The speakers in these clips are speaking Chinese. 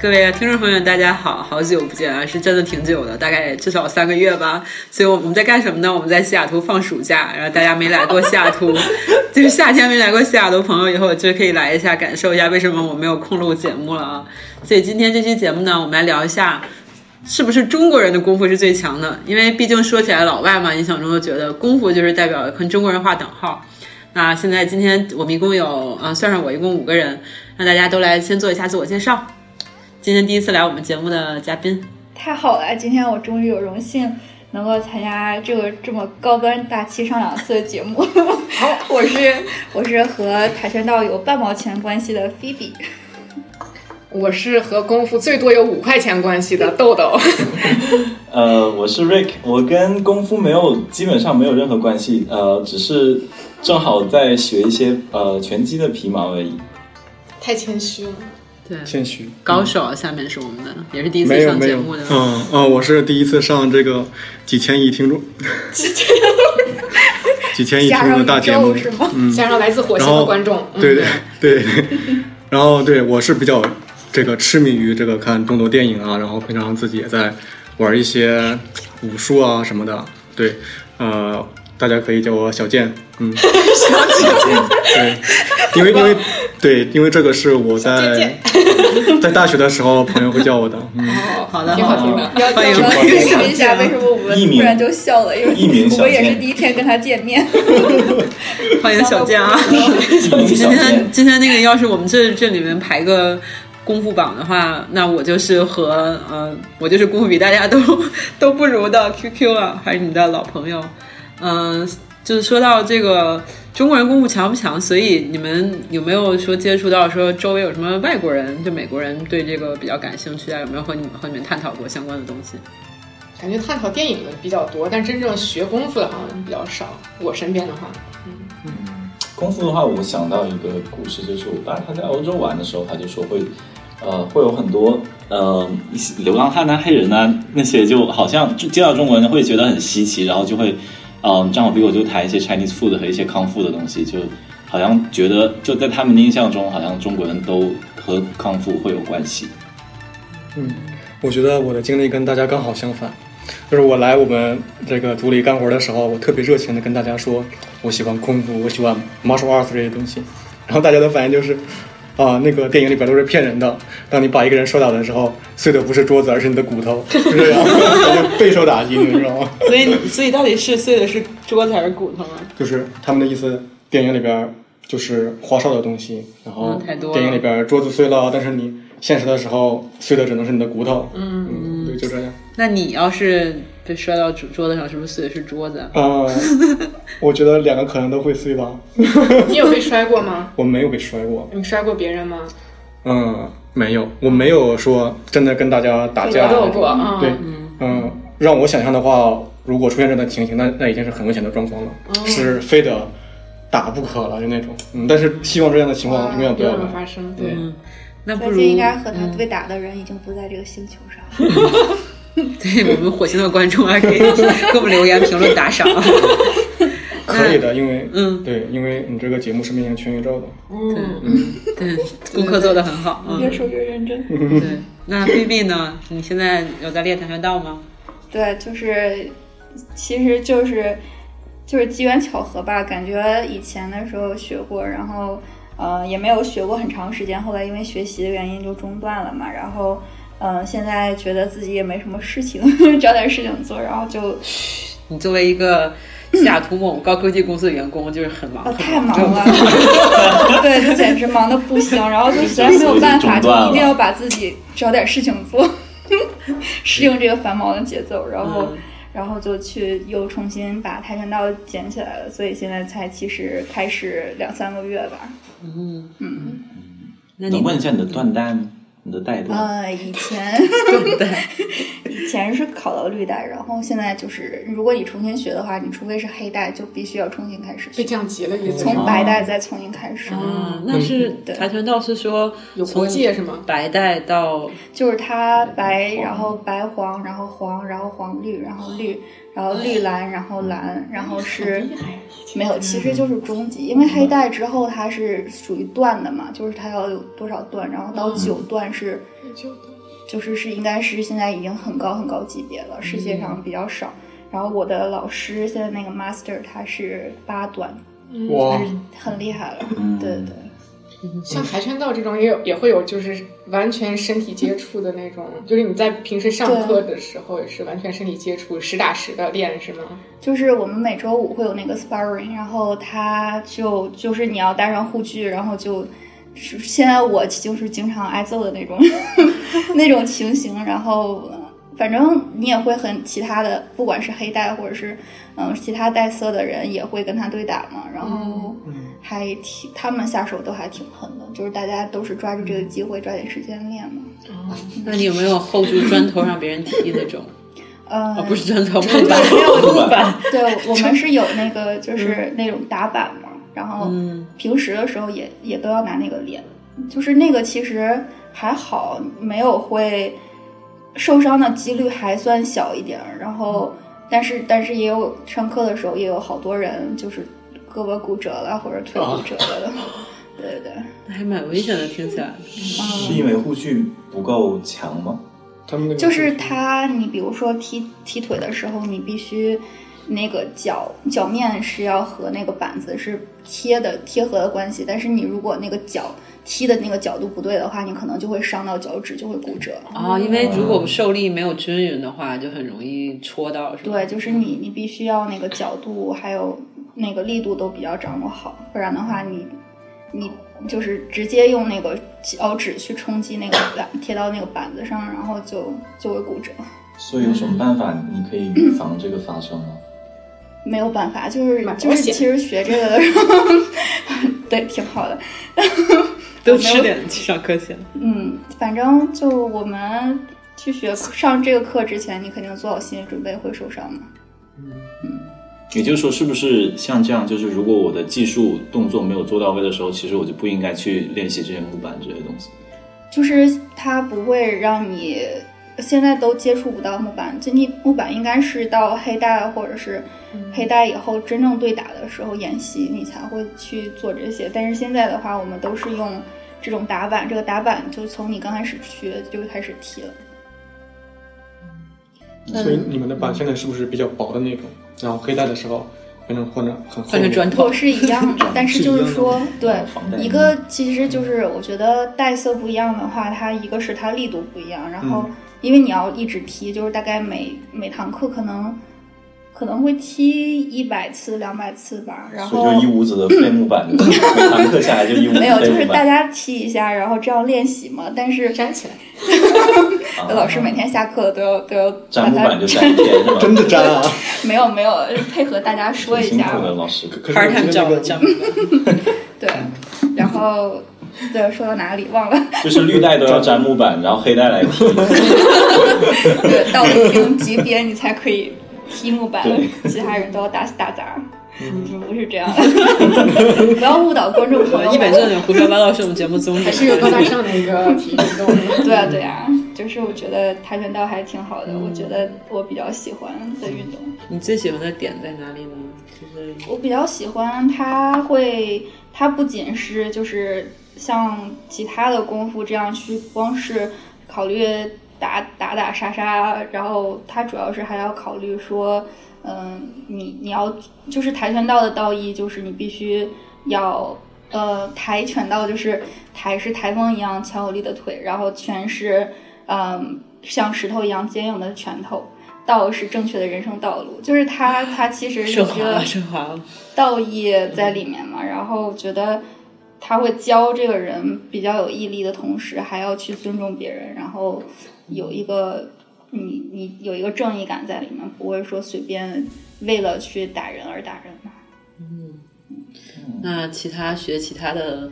各位啊听众朋友，大家好，好久不见啊，是真的挺久的，大概至少三个月吧。所以，我们在干什么呢？我们在西雅图放暑假，然后大家没来过西雅图，就是夏天没来过西雅图朋友以后，就可以来一下，感受一下为什么我没有空录节目了啊。所以今天这期节目呢，我们来聊一下。是不是中国人的功夫是最强的？因为毕竟说起来老外嘛，印象中都觉得功夫就是代表跟中国人划等号。那现在今天我们一共有，呃，算上我一共五个人，让大家都来先做一下自我介绍。今天第一次来我们节目的嘉宾，太好了！今天我终于有荣幸能够参加这个这么高端大气上档次的节目。 我是我是和跆拳道有半毛钱关系的菲比。我是和功夫最多有五块钱关系的豆豆，呃，我是 Rick，我跟功夫没有基本上没有任何关系，呃，只是正好在学一些呃拳击的皮毛而已。 太谦虚了。对，谦虚。高手啊，下面是我们的，也是第一次没有上没节有目的，，嗯嗯，我是第一次上这个几千亿听众，几千亿听众的大节目加上宇宙 是吗，嗯，加上来自火星然的后观众，嗯对对对，然后对我是比较这个痴迷于这个看中国电影啊，然后平常自己也在玩一些武术啊什么的，对，呃，大家可以叫我小健，嗯，小健，对，因为因为对，因为这个是我在 在大学的时候朋友会叫我的，嗯。哦，好的挺好听的。要欢迎要欢解迎小释一下健为什么我们突然就笑了，因为一鸣小我健们也是第一天跟他见面。欢迎小健啊。你今小天健，今天那个，要是我们这这里面排个功夫榜的话，那我就是和呃，我就是功夫比大家都 都不如的 QQ 啊，还是你的老朋友。嗯、就是说到这个中国人功夫强不强，所以你们有没有说接触到说周围有什么外国人，就美国人对这个比较感兴趣啊？有没有和你们和你们探讨过相关的东西？感觉探讨电影的比较多，但真正学功夫的好像比较少。我身边的话，嗯，功夫的话，我想到一个故事，就是我爸他在欧洲玩的时候，他就说会，呃，会有很多呃一些流浪汉啊、黑人啊那些，就好像就见到中国人会觉得很稀奇，然后就会，嗯、正好比我就谈一些 Chinese food 和一些康复的东西，就好像觉得就在他们的印象中，好像中国人都和康复会有关系。嗯，我觉得我的经历跟大家刚好相反，就是我来我们这个组里干活的时候，我特别热情的跟大家说，我喜欢功夫，我喜欢 martial arts 这些东西，然后大家的反应就是，啊，那个电影里边都是骗人的，当你把一个人摔倒的时候，碎的不是桌子，而是你的骨头，就这样，就备受打击，你知道吗？所以，所以到底是碎的是桌子还是骨头啊？就是他们的意思，电影里边就是花哨的东西，然后嗯太多了电影里边桌子碎了，但是你现实的时候碎的只能是你的骨头，嗯，对，就这样。那你要是被摔到桌桌子上，是不是碎的是桌子啊？啊，我觉得两个可能都会碎吧。你有被摔过吗？我没有被摔过，你摔过别人吗？嗯，没有，我没有说真的跟大家打架格斗过啊？对，嗯，让我想象的话，如果出现这样的情形，那那已经是很危险的状况了，是非得打不可了，就那种。嗯，但是希望这样的情况永远不有要没有来。发生？对，那不最如嗯近应该和他对打的人已经不在这个星球上。 对我们火星的观众啊，可以给我们留言、评论、打 赏。可以的，因为嗯，对，因为你这个节目是面向全宇宙的。嗯，对，功课做得很好。嗯，越说越认真。对。那 B B 呢？你现在有在练跆拳道吗？对，就是，其实就是就是机缘巧合吧。感觉以前的时候学过，然后呃也没有学过很长时间，后来因为学习的原因就中断了嘛。然后嗯、呃现在觉得自己也没什么事情， 找点事情做，然后就你作为一个西雅图某高科技公司的员工，就是很忙啊，太很忙了， 对，就简直忙的不行，然后就实在没有办法，就一定要把自己找点事情做，适应这个繁忙的节奏，然后，嗯然后就去又重新把跆拳道捡起来了，所以现在才其实开始两三个月吧。嗯嗯，那能你问一下你的嗯啊断带吗？你的带段？呃，以前对对， 以前是考到绿带，然后现在就是，如果你重新学的话，你除非是黑带，就必须要重新开始被学，降级了一次，从白带再重新开始。啊嗯，那是对跆拳道是说有国界是吗？白带到就是它白，然后白黄，然后黄，然后黄绿，然后绿，然后绿蓝，然后蓝，然后是厉害，没有，其实就是中级，因为黑带之后它是属于段的嘛，就是它要有多少段，然后到九段是就就是是应该是现在已经很高很高级别了，世界上比较少。然后我的老师现在那个 master 他是八段，嗯哇，很厉害了。嗯对对，像跆拳道这种也有也会有，就是完全身体接触的那种，就是你在平时上课的时候也是完全身体接触，实打实的练是吗？就是我们每周五会有那个 sparring，然后他就就是你要带上护具，然后就。是现在我就是经常挨揍的那种 那种情形，然后呃反正你也会很其他的，不管是黑带或者是嗯其他带色的人也会跟他对打嘛，然后还挺他们下手都还挺狠的，就是大家都是抓住这个机会抓紧时间练嘛。那你有没有后住砖头让别人踢那种？呃，啊，不是砖头，木板，木 板。对，我们是有那个就是那种打板嘛，然后嗯平时的时候也也都要拿那个练，就是那个其实还好，没有会受伤的几率还算小一点儿。然后，但是但是也有上课的时候也有好多人就是胳膊骨折了或者腿骨折了的，对对，那还蛮危险的，听起来。是因为护具不够强吗？他们那个就是他，你比如说踢踢腿的时候，你必须那个脚脚面是要和那个板子是贴的贴合的关系，但是你如果那个脚踢的那个角度不对的话，你可能就会伤到脚趾，就会骨折。啊，因为如果受力没有均匀的话，就很容易戳到，是吧？对，就是你你必须要那个角度还有那个力度都比较掌握好，不然的话你你就是直接用那个脚趾去冲击那个板，贴到那个板子上，然后就就会骨折。所以有什么办法你可以预防这个发生吗？没有办法，就是买保就是，险其实学这个的时候， 对，挺好的。多吃点，去上课前。嗯，反正就我们去学上这个课之前，你肯定做好心理准备会受伤嘛。也就是说，是不是像这样？就是如果我的技术动作没有做到位的时候，其实我就不应该去练习这些木板之类的东西。就是它不会让你现在都接触不到木板，就你木板应该是到黑带或者是嗯黑带以后真正对打的时候演习，你才会去做这些。但是现在的话，我们都是用这种打板，这个打板就从你刚开始学就开始踢了。所以你们的板现在是不是比较薄的那种？然后黑带的时候，反正换成很厚换成砖头我，是一样的，但是就是说，对防弹衣一个其实就是我觉得带色不一样的话，它一个是它力度不一样，然后嗯因为你要一直踢，就是大概每每堂课可能可能会踢一百次、两百次吧，然所以后就一屋子的废木板， 每堂课下来就一屋子没有，就废是木大板。家踢一下，然后这样练习嘛。但是粘起来，啊老师每天下课都要都要把粘木板它就粘 一天，是吧？ 真的粘啊！没有没有配合大家说挺一辛下苦，的老师。可是 part 我 time 记得那教个教。对，然后对说到哪里忘了。就是绿带都要粘木板，然后黑带来踢。对，到了一定级别你才可以踢木板，其他人都要打打杂。嗯，不是这样 的，不要误导观众朋友们。一本正经胡说八道是我们节目宗旨。还是有高大上的一个体育运动。对啊，对啊，就是我觉得跆拳道还挺好的，我觉得我比较喜欢的运动。 你最喜欢的点在哪里呢？就是我比较喜欢它会，它不仅是就是像其他的功夫这样去，光是考虑打打打杀杀，然后它主要是还要考虑说，嗯，你你要就是跆拳道的道义就是你必须要。呃，跆拳道就是台是台风一样强有力的腿，然后拳是，嗯，像石头一样坚硬的拳头，道是正确的人生道路，就是它它其实是升一华个了，升华了。道义在里面嘛，然后觉得他会教这个人比较有毅力的同时，还要去尊重别人，然后有一个你你有一个正义感在里面，不会说随便为了去打人而打人嘛。那其他学其他的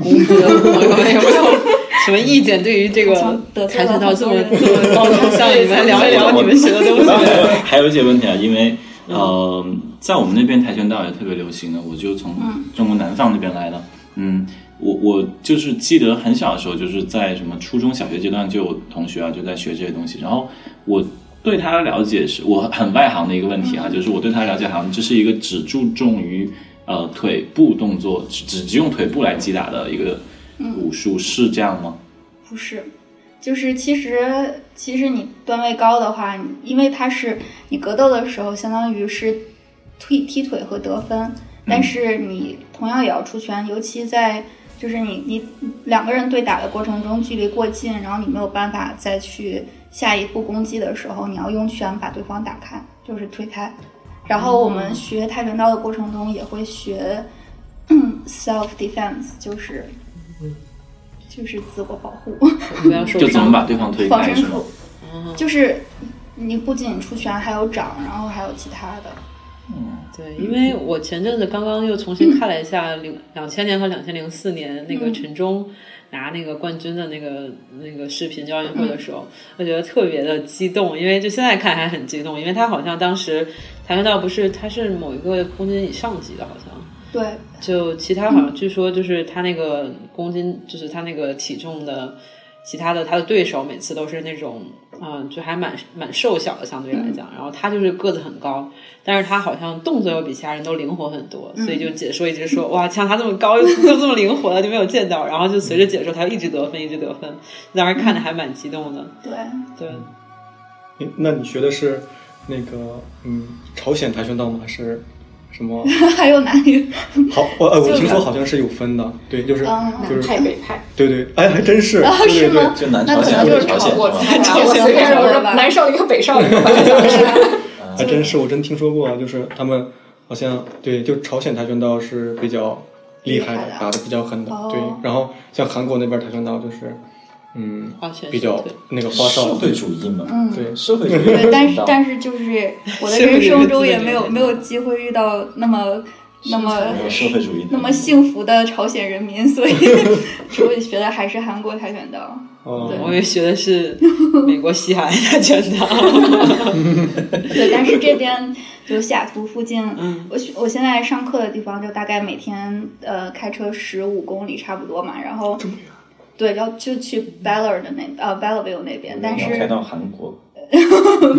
功夫的 朋友们有没有什么意见？对于这个跆拳道这么这么高大 上，你们聊一聊你们学的 东然后西。还有还有一些问题啊，因为嗯呃，在我们那边跆拳道也特别流行的，我就从嗯中国南方那边来的。嗯，我我就是记得很小的时候，就是在什么初中小学阶段就有同学啊就在学这些东西，然后我。对他的了解是我很外行的一个问题嗯啊，就是我对他了解好像这是一个只注重于呃腿部动作，嗯只只用腿部来击打的一个武术，是这样吗？不是，就是其实其实你段位高的话，你因为它是你格斗的时候，相当于是踢踢腿和得分，但是你同样也要出拳，尤其在就是你你两个人对打的过程中，距离过近，然后你没有办法再去下一步攻击的时候，你要用拳把对方打开，就是推开。然后我们学跆拳道的过程中也会学 self defense，就是就是自我保护。不要受就怎么伤。把对方推防开身是吗术？，就是你不仅出拳，还有掌，然后还有其他的。对，因为我前阵子刚刚又重新看了一下零两千年和两千零四年那个陈忠拿那个冠军的那个那个视频，就奥运会的时候，我觉得特别的激动，因为就现在看还很激动，因为他好像当时跆拳道不是他是某一个公斤以上级的，好像。对，就其他好像据说就是他那个公斤，就是他那个体重的，其他的他的对手每次都是那种，嗯、就还蛮蛮瘦小的相对来讲，然后他就是个子很高，但是他好像动作又比其他人都灵活很多，所以就解说一直说哇，像他这么高又 又这么灵活的就没有见到，然后就随着解说他一直得分一直得分，当时看着还蛮激动的，对， 对，你那你学的是那个嗯朝鲜跆拳道吗？还是什 么？还有哪里？好，我呃我就是听说好像是有分的，对，就是嗯啊就南是派北派，对对，哎还真是，对是对对吗，就南那朝鲜可能和就北是朝朝鲜是我吗？猜啊，我我随随便便说我说吧南少一个北少一个吧， 还真是我真听说过，就是他们好像对，就朝鲜跆拳道是比较厉害厉的害，的打的比较狠的，哦对。然后像韩国那边跆拳道就是，嗯，花拳比较对那个花社哨，会主义嘛，嗯，对，社会主义对，但是道但是就是我的是不是人生中自己也没有的没有机会遇到那么那么没有社会主义的嗯那么幸福的朝鲜人民，所以 所以学的还是韩国跆拳道。哦，我也学的是美国西海岸跆拳 道，对，但是这边就西雅图附近，嗯我我现在上课的地方就大概每天呃开车十五公里差不多嘛，然后对，要就去 Bellor 的那呃 Belleville 那边，但你要开是到韩国，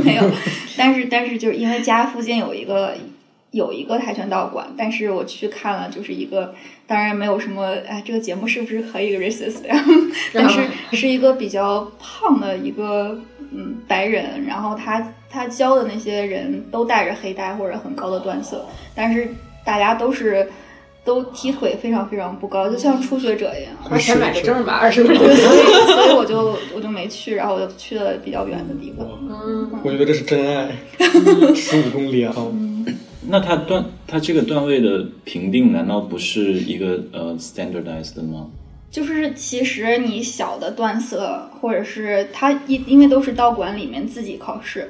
没有，但是但是就是因为家附近有一个有一个跆拳道馆，但是我去看了，就是一个当然没有什么哎，这个节目是不是可以 racist？呀 但是是一个比较胖的一个嗯白人，然后他他教的那些人都带着黑带或者很高的端色，但是大家都是。都踢腿非常非常不高，就像初学者一样。 花钱买个证吧，二十块对，钱。所以所以我就我就没去，然后我就去了比较远的地方。嗯，我觉得这是 真爱，十五公里啊，哦那它段它这个段位的评定难道不是一个呃 standardized 的吗？就是其实你小的段色，或者是它因因为都是道馆里面自己考试，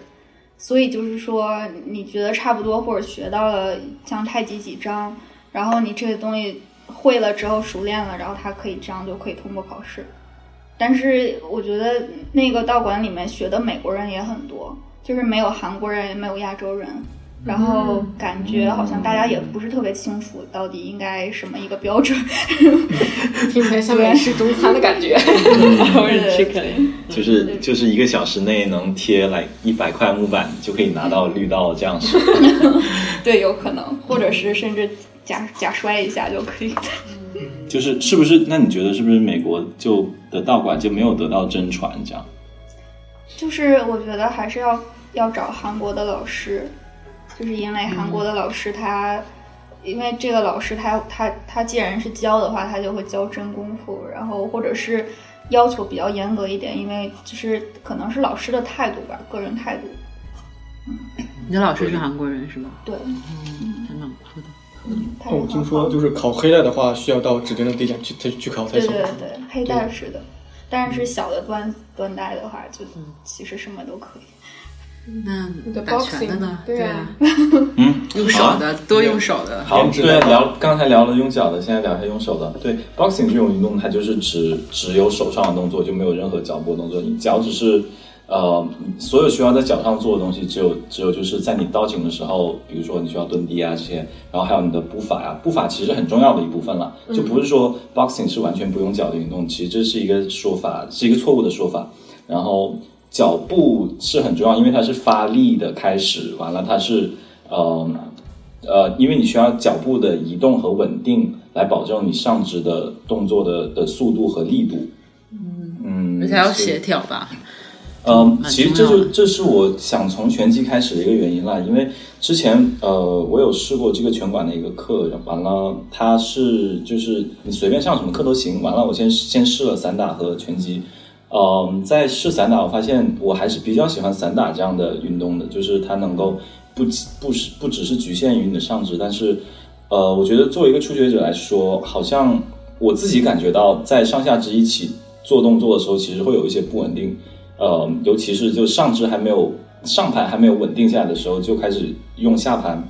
所以就是说你觉得差不多，或者学到了像太极几章，然后你这个东西会了之后熟练了，然后它可以这样就可以通过考试。但是我觉得那个道馆里面学的美国人也很多，就是没有韩国人，也没有亚洲人。然后感觉好像大家也不是特别清楚到底应该什么一个标准，听起来像美式中餐的感觉。我是对 chicken。就是就是一个小时内能贴来一百块木板就可以拿到绿道这 样是吗？对，有可能，或者是甚至假假摔一下就可以。 就是是不是？那你觉得是不是美国就的道馆就没有得到真传这样？就是我觉得还是要要找韩国的老师，就是因为韩国的老师他，因为这个老师他他他既然是教的话，他就会教真功夫，然后或者是要求比较严格一点，因为就是可能是老师的态度吧，个人态度。嗯你的老师是韩国人是吗？对，还蛮酷的。态哦我度听很说好。就是考黑带的话，需要到指定的地点去才去考才对行嗯对，对，黑带是的，但是小的端端带的话，就其实什么都可以。那 你的打拳的呢 boxing，？对啊对啊，嗯，用手的，多用手的。好，颜值对啊，担当聊刚才聊了用脚的，现在聊一下用手的。对，boxing 这种运动，它就是只只有手上的动作，就没有任何脚部的动作。你脚只是呃，所有需要在脚上做的东西，只有只有就是在你刀颈的时候，比如说你需要蹲低啊这些，然后还有你的步伐啊，步伐其实很重要的一部分了，嗯就不是说 boxing 是完全不用脚的运动，其实这是一个说法，是一个错误的说法。然后脚步是很重要，因为它是发力的开始，完了它是呃呃，因为你需要脚步的移动和稳定来保证你上肢的动作的的速度和力度。嗯嗯，而且还要是协调吧。 嗯，蛮其实重这要的就这是我想从拳击开始的一个原因啦，因为之前呃我有试过这个拳馆的一个课，完了它是就是你随便上什么课都行，完了我先先试了散打和拳击，嗯，在试散打我发现我还是比较喜欢散打这样的运动的，就是它能够不不是不只是局限于你的上肢，但是呃，我觉得作为一个初学者来说，好像我自己感觉到在上下肢一起做动作的时候，其实会有一些不稳定。呃，尤其是就上肢还没有上盘还没有稳定下来的时候，就开始用下盘，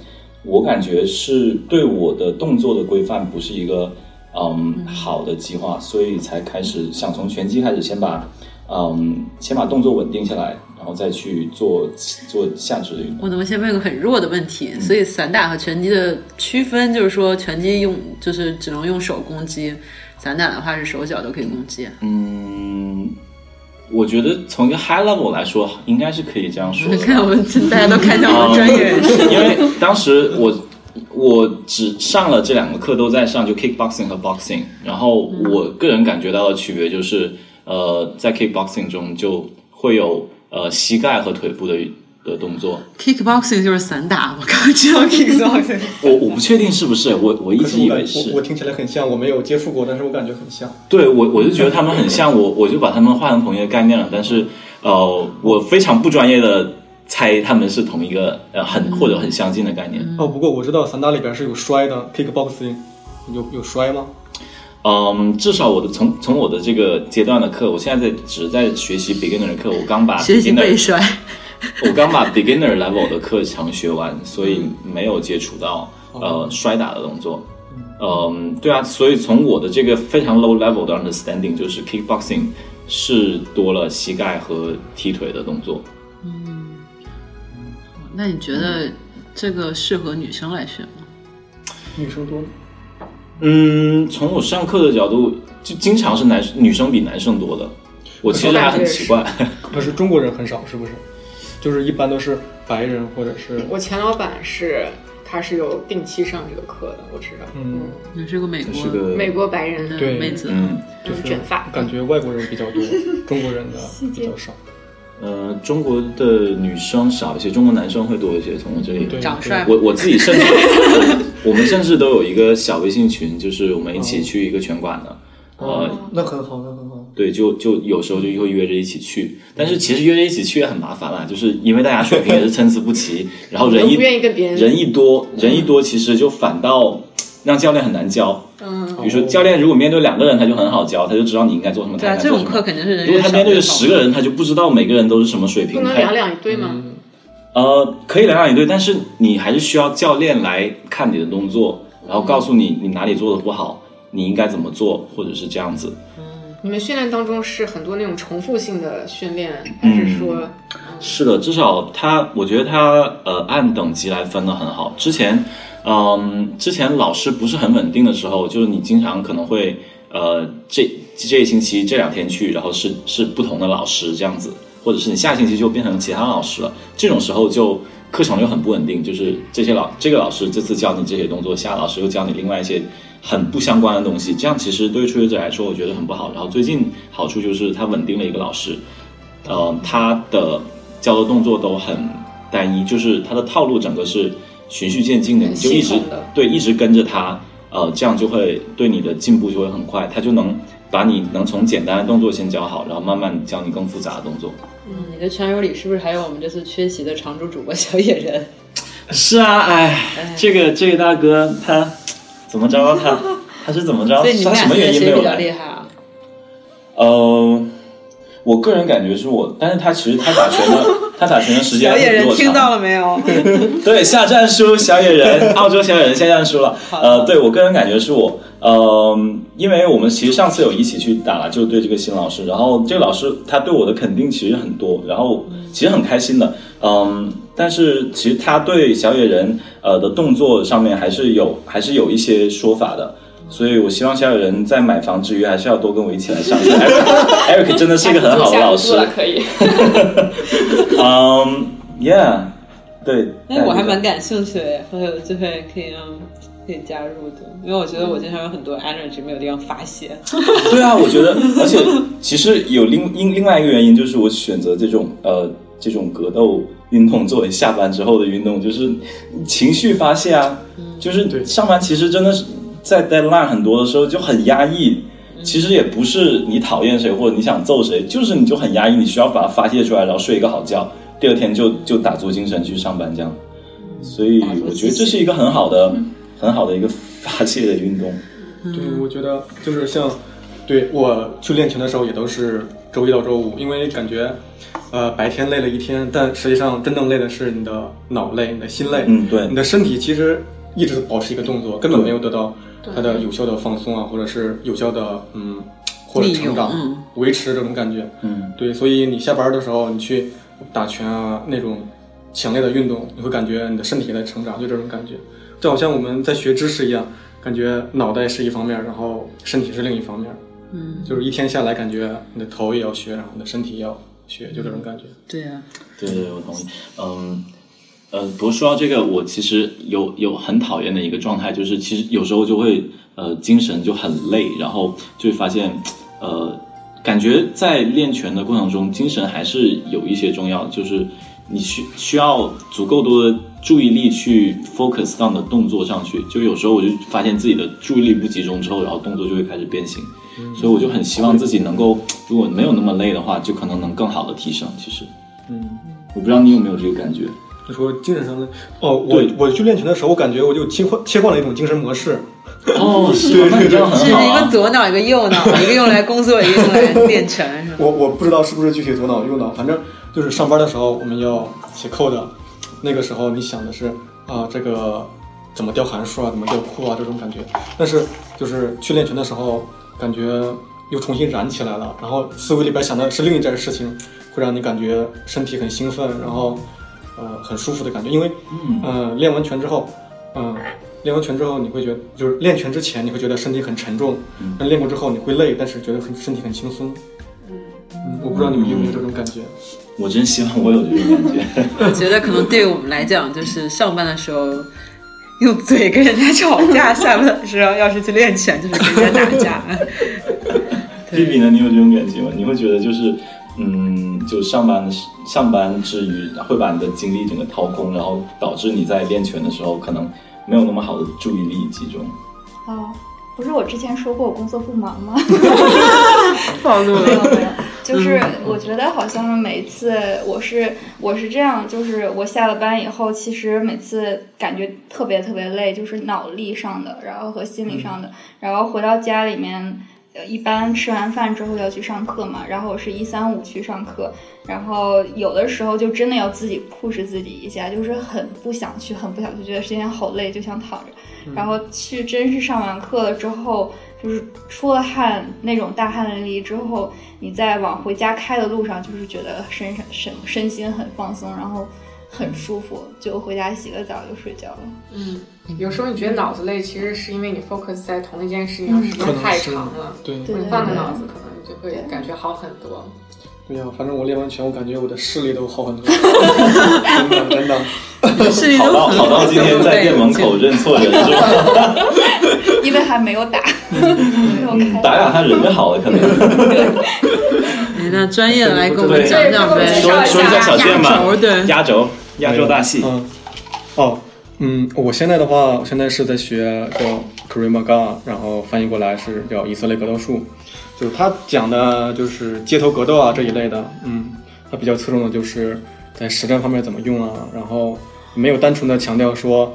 我感觉是对我的动作的规范不是一个嗯好的计划，所以才开始想从拳击开始先把嗯先把动作稳定下来，然后再去做做下肢的运动。我能先问个很弱的问题，嗯所以散打和拳击的区分就是说，拳击用就是只能用手攻击，散打的话是手脚都可以攻击。嗯，我觉得从一个 high level 来说，应该是可以这样说你的。 看我们大家都看向我们专业人士， 因为当时我我只上了这两个课，都在上就 kickboxing 和 boxing。然后我个人感觉到的区别就是，呃，在 kickboxing 中就会有呃膝盖和腿部的的动作。 kickboxing 就是散打，我刚知道 kickboxing。我我不确定是不是，我我一可直是我以感为我我是。听起来很像，我没有接触过，但是我感觉很像。对我我就觉得他们很像我，我就把他们画成同一个概念了。但是呃，我非常不专业的猜他们是同一个呃很或者很相近的概念。哦，不过我知道散打里边是有摔的，kickboxing 有有摔吗？嗯，至少我的从从我的这个阶段的课，我现在在只在学习 beginner 的课，我刚把学习背 beginner 摔，我刚把 beginner level 的课程学完，所以没有接触到呃摔打的动作。嗯，对啊，所以从我的这个非常 low level 的 understanding，就是 kickboxing 是多了膝盖和踢腿的动作。那你觉得这个适合女生来学吗？女生多吗？嗯，从我上课的角度，就经常是男女生比男生多的，我其实还很奇怪。可是中国人很少，是不是？就是一般都是白人或者是我前老板是，他是有定期上这个课的，我知道。嗯，你是个美国 是个美国白人，啊的对妹子，嗯。就是卷发感觉外国人比较多，中国人的比较少。呃，中国的女生少一些，中国男生会多一些。从我这里，对，长帅我我自己甚至我们甚至都有一个小微信群，就是我们一起去一个拳馆的。呃，哦那很好，那很好。对，就就有时候就会约着一起去，但是其实约着一起去也很麻烦啦，就是因为大家水平也是参差不齐，然后人一都不愿意跟别人人一多，人一多，其实就反倒让教练很难教。嗯，比如说，教练如果面对两个人，他就很好教，他就知道你应该做什么，对啊，他这应该做什种么课肯定是人嗯如越果少他越面对着好十个人，他就不知道每个人都是什么水不平，能他两两一对吗？呃，可以两两一对，但是你还是需要教练来看你的动作，然后告诉你你哪里做的不好，你应该怎么做，或者是这样子。你们训练当中是很多那种重复性的训练，嗯还是说是的，至少他，我觉得他呃按等级来分的很好。之前，嗯、之前老师不是很稳定的时候，就是你经常可能会呃这这一星期这两天去，然后是是不同的老师这样子，或者是你下星期就变成其他老师了。这种时候就课程就很不稳定，就是这些老这个老师这次教你这些动作，下老师又教你另外一些。很不相关的东西，这样其实对初学者来说，我觉得很不好。然后最近好处就是他稳定了一个老师，呃，他的教的动作都很单一，就是他的套路整个是循序渐进的，很你就一系直统的对一直跟着他，呃，这样就会对你的进步就会很快，他就能把你能从简单的动作先教好，然后慢慢教你更复杂的动作。嗯你的全友里是不是还有我们这次缺席的常驻主播小野人？是啊，嗯哎，这个这个大哥他怎么着啊他他是怎么着？所以你们他俩啊什么现在原因没谁有比较来？厉害啊？呃，我个人感觉是我，但是他其实他打拳的，他打拳的时间小野比人我听长。到了 没有？对，下战书小野人，澳洲小野人下战书了。呃，对我个人感觉是我，呃，因为我们其实上次有一起去打，就对这个新老师，然后这个老师他对我的肯定其实很多，然后其实很开心的，嗯、但是其实他对小野人呃的动作上面还是有还是有一些说法的。所以，我希望小野人在买房之余，还是要多跟我一起来上课。Eric, Eric 真的是一个很好的老 师下，可以？嗯、y e a h 对。哎，我还哎带着蛮感兴趣的，回头有机会可以让可以加入的，因为我觉得我经常有很多 energy 没有地方发 泄。对啊，我觉得，而且其实有另另另外一个原因，就是我选择这种呃这种格斗运动作为下班之后的运动，就是情绪发泄啊。就是上班其实真的是在 deadline 很多的时候就很压抑，其实也不是你讨厌谁或者你想揍谁，就是你就很压抑，你需要把它发泄出来，然后睡一个好觉，第二天就就打足精神去上班这样。所以我觉得这是一个很好的、很好的一个发泄的运动。对，嗯我觉得就是像，对我去练拳的时候也都是周一到周五，因为感觉，呃，白天累了一天，但实际上真正累的是你的脑累、你的心累，嗯对你的身体其实一直保持一个动作，根本没有得到它的有效的放松啊，或者是有效的嗯或者利用成长、嗯维持这种感觉，嗯，对，所以你下班的时候你去打拳啊那种强烈的运动，你会感觉你的身体也在成长，就这种感觉，就好像我们在学知识一样，感觉脑袋是一方面，然后身体是另一方面，嗯，就是一天下来感觉你的头也要学，然后你的身体也要学，就这种感觉。对啊，对对，对我同意。嗯，呃，不过说到这个，我其实有有很讨厌的一个状态，就是其实有时候就会呃精神就很累，然后就会发现呃感觉在练拳的过程中，精神还是有一些重要，就是你需需要足够多的注意力去 focus 到你的动作上去。就有时候我就发现自己的注意力不集中之后，然后动作就会开始变形。所以我就很希望自己能够，如果没有那么累的话，就可能能更好的提升。其实，嗯，我不知道你有没有这个感觉？你说精神上的哦，我对我去练拳的时候，我感觉我就切换切换了一种精神模式，哦， 是吗？那你这样这很是好一个啊。左脑，一个右脑，一个用来工作，一个 用来练拳，是吧？我我不知道是不是具体左脑右脑，反正就是上班的时候我们要写 code，那个时候你想的是啊、这个怎么调函数啊，怎么调库啊这种感觉，但是就是去练拳的时候，感觉又重新燃起来了，然后思维里边想的是另一件事情，会让你感觉身体很兴奋，然后呃很舒服的感觉，因为嗯嗯，练完拳之后，嗯，练完拳之后你会觉得，就是练拳之前你会觉得身体很沉重，嗯但练过之后你会累，但是觉得很身体很轻松。嗯，我不知道你们有没有这种感觉。我真希望我有这个 感觉。我觉得可能对于我们来讲，就是上班的时候用嘴跟人家吵架，下班的时候要是去练拳，就是跟人家打架。 B B 呢？你有这种感觉吗？你会觉得就是，嗯，就上班的时上班之余，会把你的精力整个掏空，然后导致你在练拳的时候可能没有那么好的注意力集中。哦，不是我之前说过我工作不忙吗？ 暴露没有没有，就是我觉得好像每次我是我是这样，就是我下了班以后，其实每次感觉特别特别累，就是脑力上的，然后和心理上的，然后回到家里面。呃一般吃完饭之后要去上课嘛，然后我是一三五去上课，然后有的时候就真的要自己 push 自己一下，就是很不想去，很不想去，觉得今天好累，就想躺着。然后去真是上完课了之后，就是出了汗那种大汗淋漓之后，你再往回家开的路上，就是觉得身上身身心很放松，然后很舒服，就回家洗个澡就睡 觉了。有时候你觉得脑子累，其实是因为你 focus 在同一件事情上时间太长了。对对你换个脑嗯子，可能你就会感觉好很多。对呀、反正我练完拳，我感觉我的视力都 好很多，真的真的。是一好种到很好到今天在店门口认错人是吧？因为还没有打， 没有开。嗯打打他人就好了，可 能。哎那专业的来给我们讲讲呗，对说说一下小健吧压轴，对，压轴，压轴大戏。嗯，哦，嗯，我现在的话，我现在是在学叫 Karima Ga，然后翻译过来是叫以色列格斗术，就是他讲的就是街头格斗啊这一类的，嗯，他比较侧重的就是在实战方面怎么用啊，然后没有单纯的强调说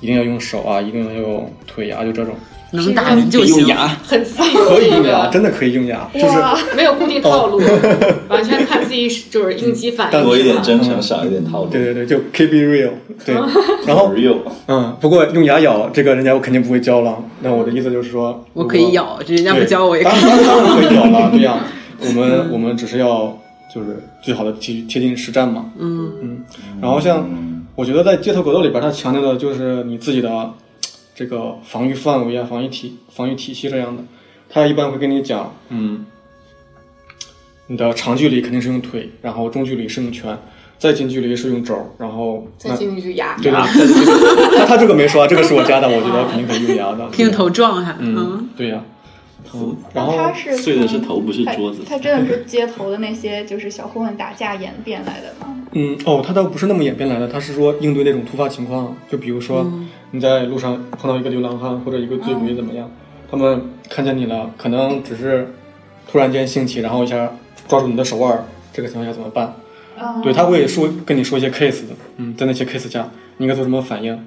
一定要用手啊，一定要用腿啊，就这种能打人就 用行。牙， 很自 由可的以一用牙，个，真的可以用牙，就是哇，没有固定套路， 完全看自己是就是应激反应。哦多一点真诚，少一点套路。对对对，就 keep it real，对， 然后 real，嗯，不过用牙咬这个人家我肯定不会教了，那我的意思就是说，我可以咬。咬，人家对，不教我也可当以。然当然会有了，对呀、 我们我们只是要就是最好的贴贴近实战嘛。嗯嗯，然后像嗯我觉得在街头格斗里边，它强调的就是你自己的这个防御范围啊、防御体、防御体系这样的。他一般会跟你讲，嗯，你的长距离肯定是用腿，然后中距离是用拳，再近距离是用肘儿，然后再进去就牙。对对，再近距离他他这个没说啊，这个是我加的，我觉得肯定可以用牙的。硬头撞还嗯嗯，对呀、头然后他是碎的是头，不是他桌子。他真的是街头的那些就是小混混打架演变来的吗？嗯，哦，他倒不是那么演变来的，他是说应对那种突发情况，就比如说你在路上碰到一个流浪汉或者一个醉鬼怎么样，他们看见你了，可能只是突然间兴起，然后一下抓住你的手腕儿，这个情况下怎么办？啊，对他会说跟你说一些 case 的，嗯，在那些 case 下你应该做什么反应？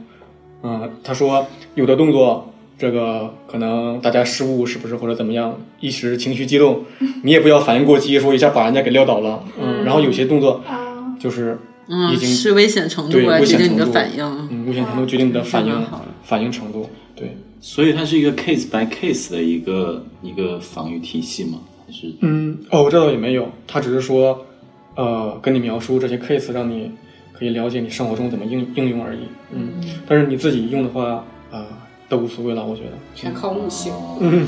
嗯，他说有的动作，这个可能大家失误是不是或者怎么样，一时情绪激动，你也不要反应过激，说一下把人家给撂倒了，嗯，然后有些动作啊，就是已嗯，经是危险程度对来危决险定你的程度反应。嗯，危险程度决定你的反嗯应那好了反应程度，对，所以它是一个 case by case 的一个一个防御体系嘛，还是嗯，哦，这倒也没有，他只是说，呃，跟你描述这些 case，让你可以了解你生活中怎么应应用而已。嗯，但是你自己用的话，啊、都无所谓了，我觉得。全靠悟性。嗯，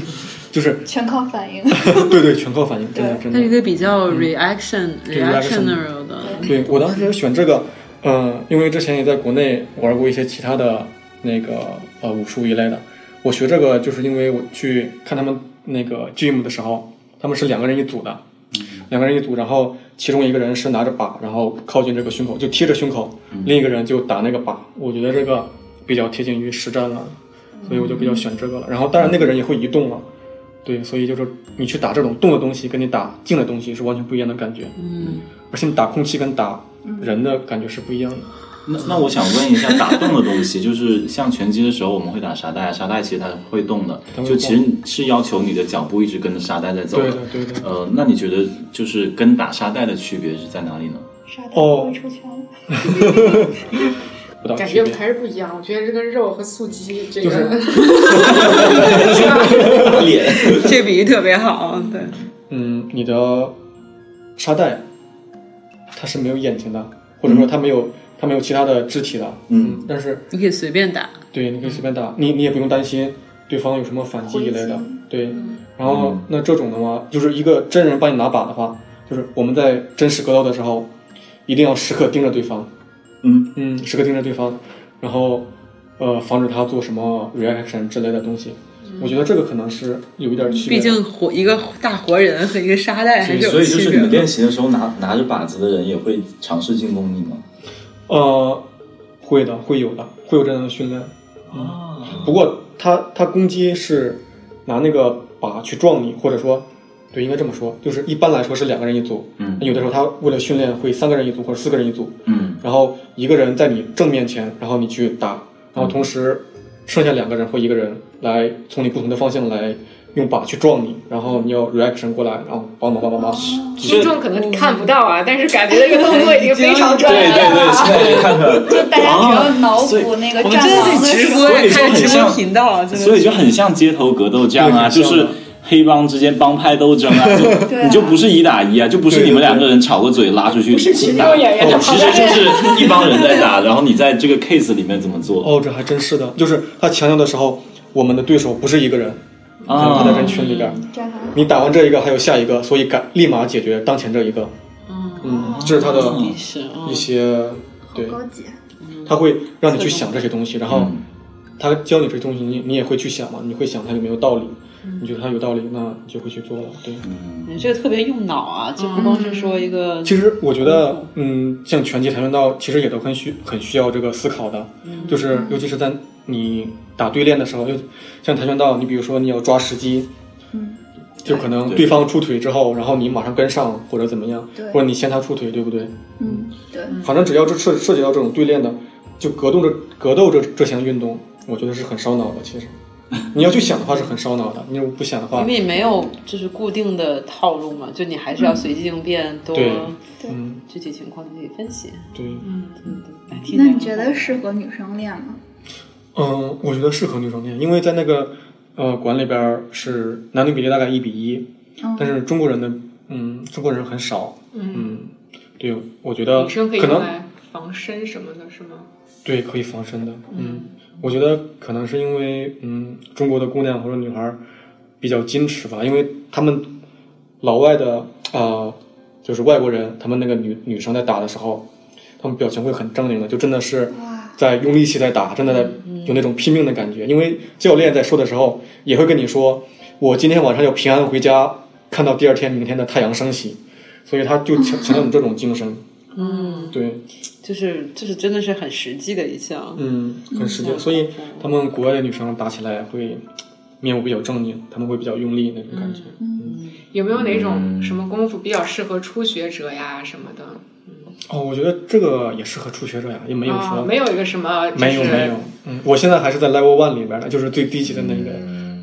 就是， 全靠反应。对对，全靠反应，真的真它是一的。个比较 reaction、嗯对，reaction reactional 的，对我当时选这个，嗯、因为之前也在国内玩过一些其他的那个呃武术一类的，我学这个就是因为我去看他们那个 gym 的时候，他们是两个人一组的，两个人一组，然后其中一个人是拿着把，然后靠近这个胸口就贴着胸口，另一个人就打那个靶。我觉得这个比较贴近于实战了，所以我就比较选这个了。然后当然那个人也会移动了，对，所以就是你去打这种动的东西，跟你打静的东西是完全不一样的感觉。嗯，而且你打空气跟打人的感觉是不一样的。那那我想问一下，打洞的东 西，就是像拳击的时候我们会打沙袋，啊沙袋其实它是会动的，它会就动其实是要求你的脚步一直跟着沙袋在嗯走对的的。，对的。呃，那你觉得就是跟打沙袋的区别是在哪里呢？ 沙袋哦不会出圈了。不大感区觉别。还是不一样，我觉得这个肉和素鸡这个、就是 脸，这比喻特别好，对，嗯，你的沙袋它是没有眼睛的，嗯或者说它没有、它没有其他的肢体的。嗯，但是你可以随便打，对，你可以随嗯便打，你你也不用担心对方有什么反击一类回的击。对，然后、嗯那这种的话，就是一个真人帮你拿把的话，就是我们在真实格斗的时候，一定要时刻盯着对方，嗯嗯，时刻盯着对方，然后呃，防止他做什么 reaction 之类的东西。我觉得这个可能是有一点区别嗯毕的。竟活一个大活人和一个沙袋还是所有以就区是别你的。练习的时候拿拿着靶子的人也会尝试进攻你吗？呃，会的，会有的，会有这样的训练。啊，不过他他攻击是拿那个靶去撞你，或者说，对，应该这么说，就是一般来说是两个人一组，嗯有的时候他为了训练会三个人一组或者四个人一组，嗯然后一个人在你正面前，然后你去打，然后同时剩下两个人或一个人来从你不同的方向来用靶去撞你，然后你要 reaction 过来，然后帮忙帮忙帮忙， 听众可能看不到啊，但是感觉那个动作已经非常专业了。对，现在已经看出来了。就大家只要脑补那个哦所以战这狼得的直时播候，也所以开就很直播像频啊道，真的所以就很像街头格斗这样啊，对就很像的是黑帮之间帮派斗争啊，就对啊你就不是一打一啊，就不是你们两个人吵个嘴拉出去群打，哦众演员在其旁实边就是一帮人在打，然后你在这个 case 里面怎么做哦，这还真是的，就是他强调的时候，我们的对手不是一个人，可能啊他？在人群里边。战狼你打完这一个，还有下一个，所以赶立马解决当前这一个。嗯，这是他的意识啊一，些，对，高级，他会让你去想这些东西，然后嗯他教你这些东西，你你也会去想嘛，你会想它有没有道理，你觉得它有道理，那你就会去做了。对，嗯你这个特别用脑啊，就不光是说一个，其实我觉得，嗯，像拳击、跆拳道，其实也都很需很需要这个思考的，嗯就是尤其是在你打对练的时候，就像跆拳道，你比如说你要抓时机，嗯，就可能对对方出腿之后，然后你马上跟上或者怎么样对，或者你先他出腿，对不对？嗯，对，反正只要这涉涉及到这种对练的，就格斗这格斗这这项运动，我觉得是很烧脑的。其实，你要去想的话是很烧脑的，你如果不想的话因，为没有就是固定的套路嘛，就你还嗯是要随机应变，多对嗯具体情况自己分析。对，哎听起那来你觉得很好适合女生练吗？嗯，我觉得适合女生练，因为在那个呃馆里边儿是男女比例大概一比一，哦但是中国人的嗯中国人很少，嗯，对，我觉得女生可以呃可用能来防身什么的，是吗？对可以防身的，嗯，我觉得可能是因为嗯中国的姑娘或者女孩儿比较矜持吧，因为他们老外的啊、呃就是外国人，他们那个女女生在打的时候，他们表情会很狰狞的，就真的是哇，在用力气在打，真的在有那种拼命的感觉。因为教练在说的时候，也会跟你说，我今天晚上要平安回家，看到第二天明天的太阳升起，所以他就强强调你这种精神。嗯，对，就是就是真的是很实际的一项。嗯，很实际。所以他们国外的女生打起来会面部比较狰狞，他们会比较用力那种感觉。有没有哪种嗯什么功夫比较适合初学者呀什么的？哦，我觉得这个也适合初学者呀，也没有啊，说、没有一个什么，就是、没有没有。嗯，我现在还是在 level one 里边呢，就是最低级的那个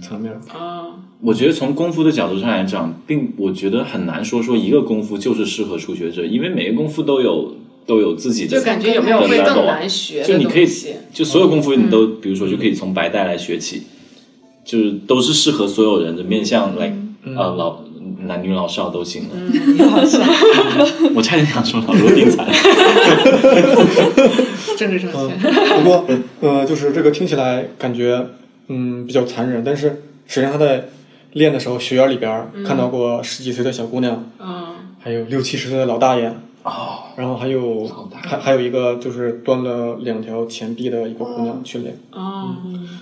层面。啊，我觉得从功夫的角度上来讲，并我觉得很难说说一个功夫就是适合初学者，因为每个功夫都有都有自己的就感觉有没有会的更 level 难学就的你可以东西？嗯就所有功夫你都，比如说就可以从白带来学起，就是都是适合所有人的面嗯向来，嗯呃，老男女老少都行了。嗯 我差点想说老弱 病残，政治正确。 不过，呃，就是这个听起来感觉，嗯，比较残忍，但是实际上他在练的时候，学员里边儿嗯看到过十几岁的小姑娘，嗯，还有六七十岁的老大爷，哦，然后还有还还有一个就是断了两条前臂的一个姑娘去练，哦，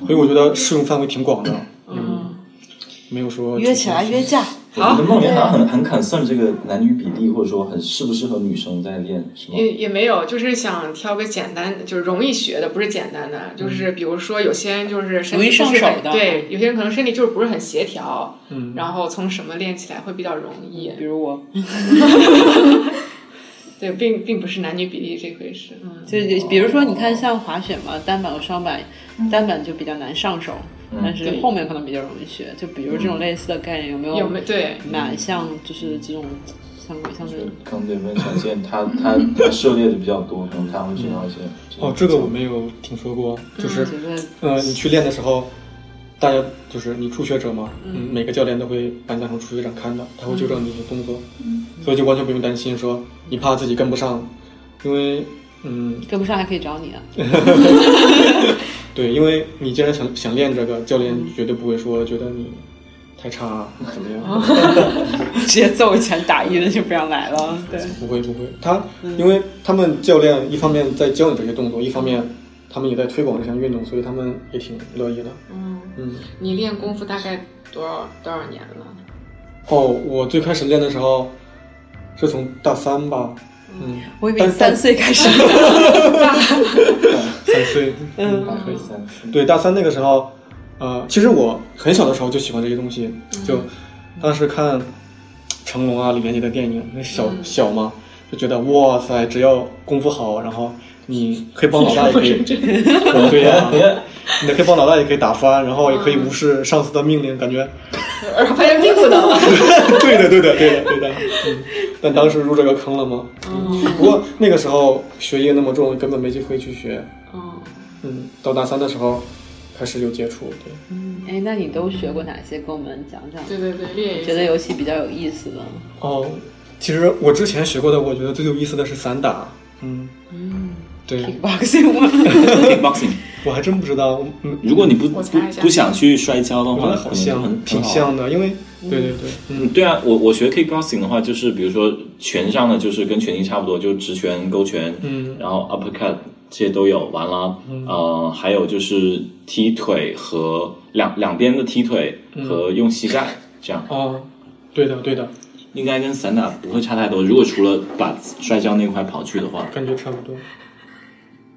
所以我觉得适用范围挺广的，嗯没有说嗯约起来约架，我觉得梦圆好像很很 concern 这个男女比例，或者说很适不适合女生在练，是吗？也也没有，就是想挑个简单的，就是容易学的，不是简单的，就是比如说有些人就是身容体易上不是很手的对，有些人可能身体就是不是很协调，嗯然后从什么练起来会比较容易，比如我，对，并并不是男女比例这回事，嗯，就是比如说你看像滑雪嘛，单板和双板，嗯单板就比较难上手，嗯但是对后面可能比较容易学。就比如这种类似的概念，嗯有没有？有没对，哪像就是这种像像是可能得问小健，他他他涉猎的比较多，可能他会知道一些。哦，这个我没有听说过，就是嗯觉得呃，你去练的时候，大家就是你初学者嘛，嗯，每个教练都会把你当成初学者看的，他会纠正你一些动作，嗯所以就完全不用担心说你怕自己跟不上，因为嗯，跟不上还可以找 你啊。对，因为你既然想想练这个，教练嗯绝对不会说觉得你太差啊 怎么哦直样，接揍一拳打晕就不让来 了。对，不会不会，他嗯因为他们教练一方面在教你这些动作，一方面他们也在推广这项运动，所以他们也挺乐意的，嗯，嗯。你练功夫大概多少多少年 了？哦，我最开始练的时候是从大三吧，嗯，我以为但你三岁开 始，三岁，嗯，大概三四，对，大三那个时候，呃，其实我很小的时候就喜欢这些东西，就当时看成龙啊、李连杰的电影，那小、小嘛，就觉得哇塞，只要功夫好，然后你黑帮老大也可以，对呀、 你的黑帮老大也可以打翻，然后也可以无视上司的命令，感觉然后发现并不能， 对的，对的，对的，对的。嗯，但当时入这个坑了吗？嗯。不过那个时候学业那么重，根本没机会去学。嗯，嗯，到大三的时候开始有接触，对，哎，那你都学过哪些？跟我们讲讲，对对对，练一觉下得尤其比较有意 思的。哦，其实我之前学过的，我觉得最有意思的是散打。嗯对， kickboxing 吗？ kickboxing。我还真不知道，嗯，如果你不我不猜一下不想去摔跤的我觉话，得可好能就像很挺。像的，因为对对对，嗯，很好对啊，我我学 kickboxing 的话，就是比如说拳上的，就是跟拳击差不多，就直拳、勾拳，嗯，然后 uppercut 这些都有。完了，呃，还有就是踢腿和两两边的踢腿嗯和用膝盖、这样，哦，对的对的，应该跟散打不会差太多。如果除了把摔跤那块刨去的话，感觉差不多。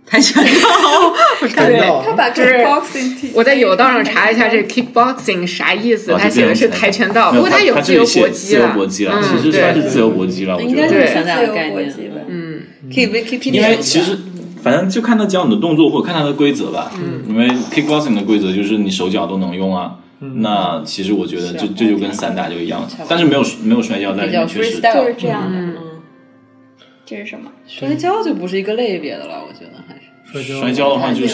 跆拳道，感到他把就是 kickboxing 踢我在有道上查一下这 kickboxing 啥意思，哦他就写的是这样跆拳道，没不过有它有它自这个由写搏击自由了，搏击了，嗯，其实算是自由搏击了，我应该觉得。是对散打自的由概搏念。击吧，嗯，可以 Wikipedia 因为一下其实反正就看他教你的动作或者看他的规则吧。嗯，因为 kickboxing 的规则就是你手脚都能用啊。那其实我觉得是啊这这就跟散打就一样差不多，但是没有没有摔跤在比里较面，确实。 freestyle，就是这样的嗯，这是什么？摔跤就不是一个类别的了，我觉得还是。摔跤的话就不太一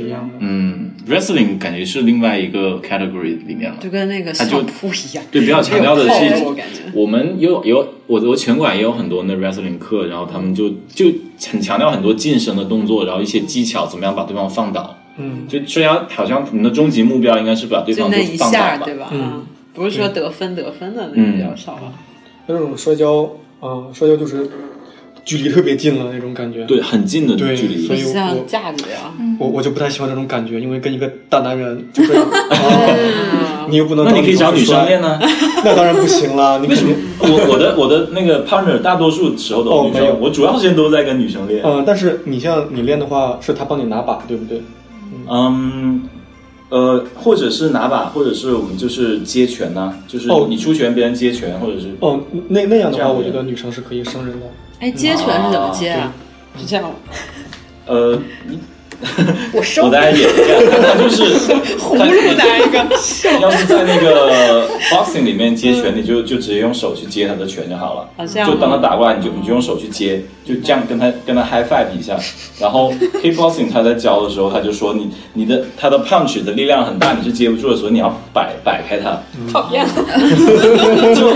是样，嗯，wrestling 感觉是另外一个 category 里面了。就跟那个它就相扑一样，对，比较强调的没有套是路我感觉我们有有我我拳馆也有很多那 wrestling 课，然后他们就就很强调很多近身的动作，然后一些技巧，怎么样把对方放倒。嗯，就摔跤好像你的终极目标应该是把对就方那一放下倒吧嗯对。吧？嗯啊，不是说得分得分的那个比较少了。啊那种摔跤，啊、摔跤就是距离特别近了那种感觉。对，很近的对距离所就以像我架子啊，我我就不太喜欢这种感觉，因为跟一个大男人就 会，啊嗯你又不能，那你可以找女生练，练啊。 那当然不行啦。你为什么肯定？我我的我的那个 partner 大多数时候都哦是女没有生，我主要时间都在跟女生练。嗯，但是你像你练的话，是他帮你拿把，对不对？嗯，呃，或者是拿把，或者是我们就是接拳呐、就是哦你出拳，别人接拳，或者是哦，那那样的这话，样我的觉得女生是可以 胜任的。哎，接拳是怎么接啊？哦就这样，呃， 我我收大家也一样，他 就是葫芦拿一个，要是在那个 boxing 里面接拳，你就就直接用手去接他的拳就好了。 好像就当他打过来，你就你就用手去接，就这样跟他跟他 high five 一下。然后 kickboxing 他在教的时候，他就说你你的他的 punch 的力量很大，你是接不住的时候，你要摆摆开他。讨厌。就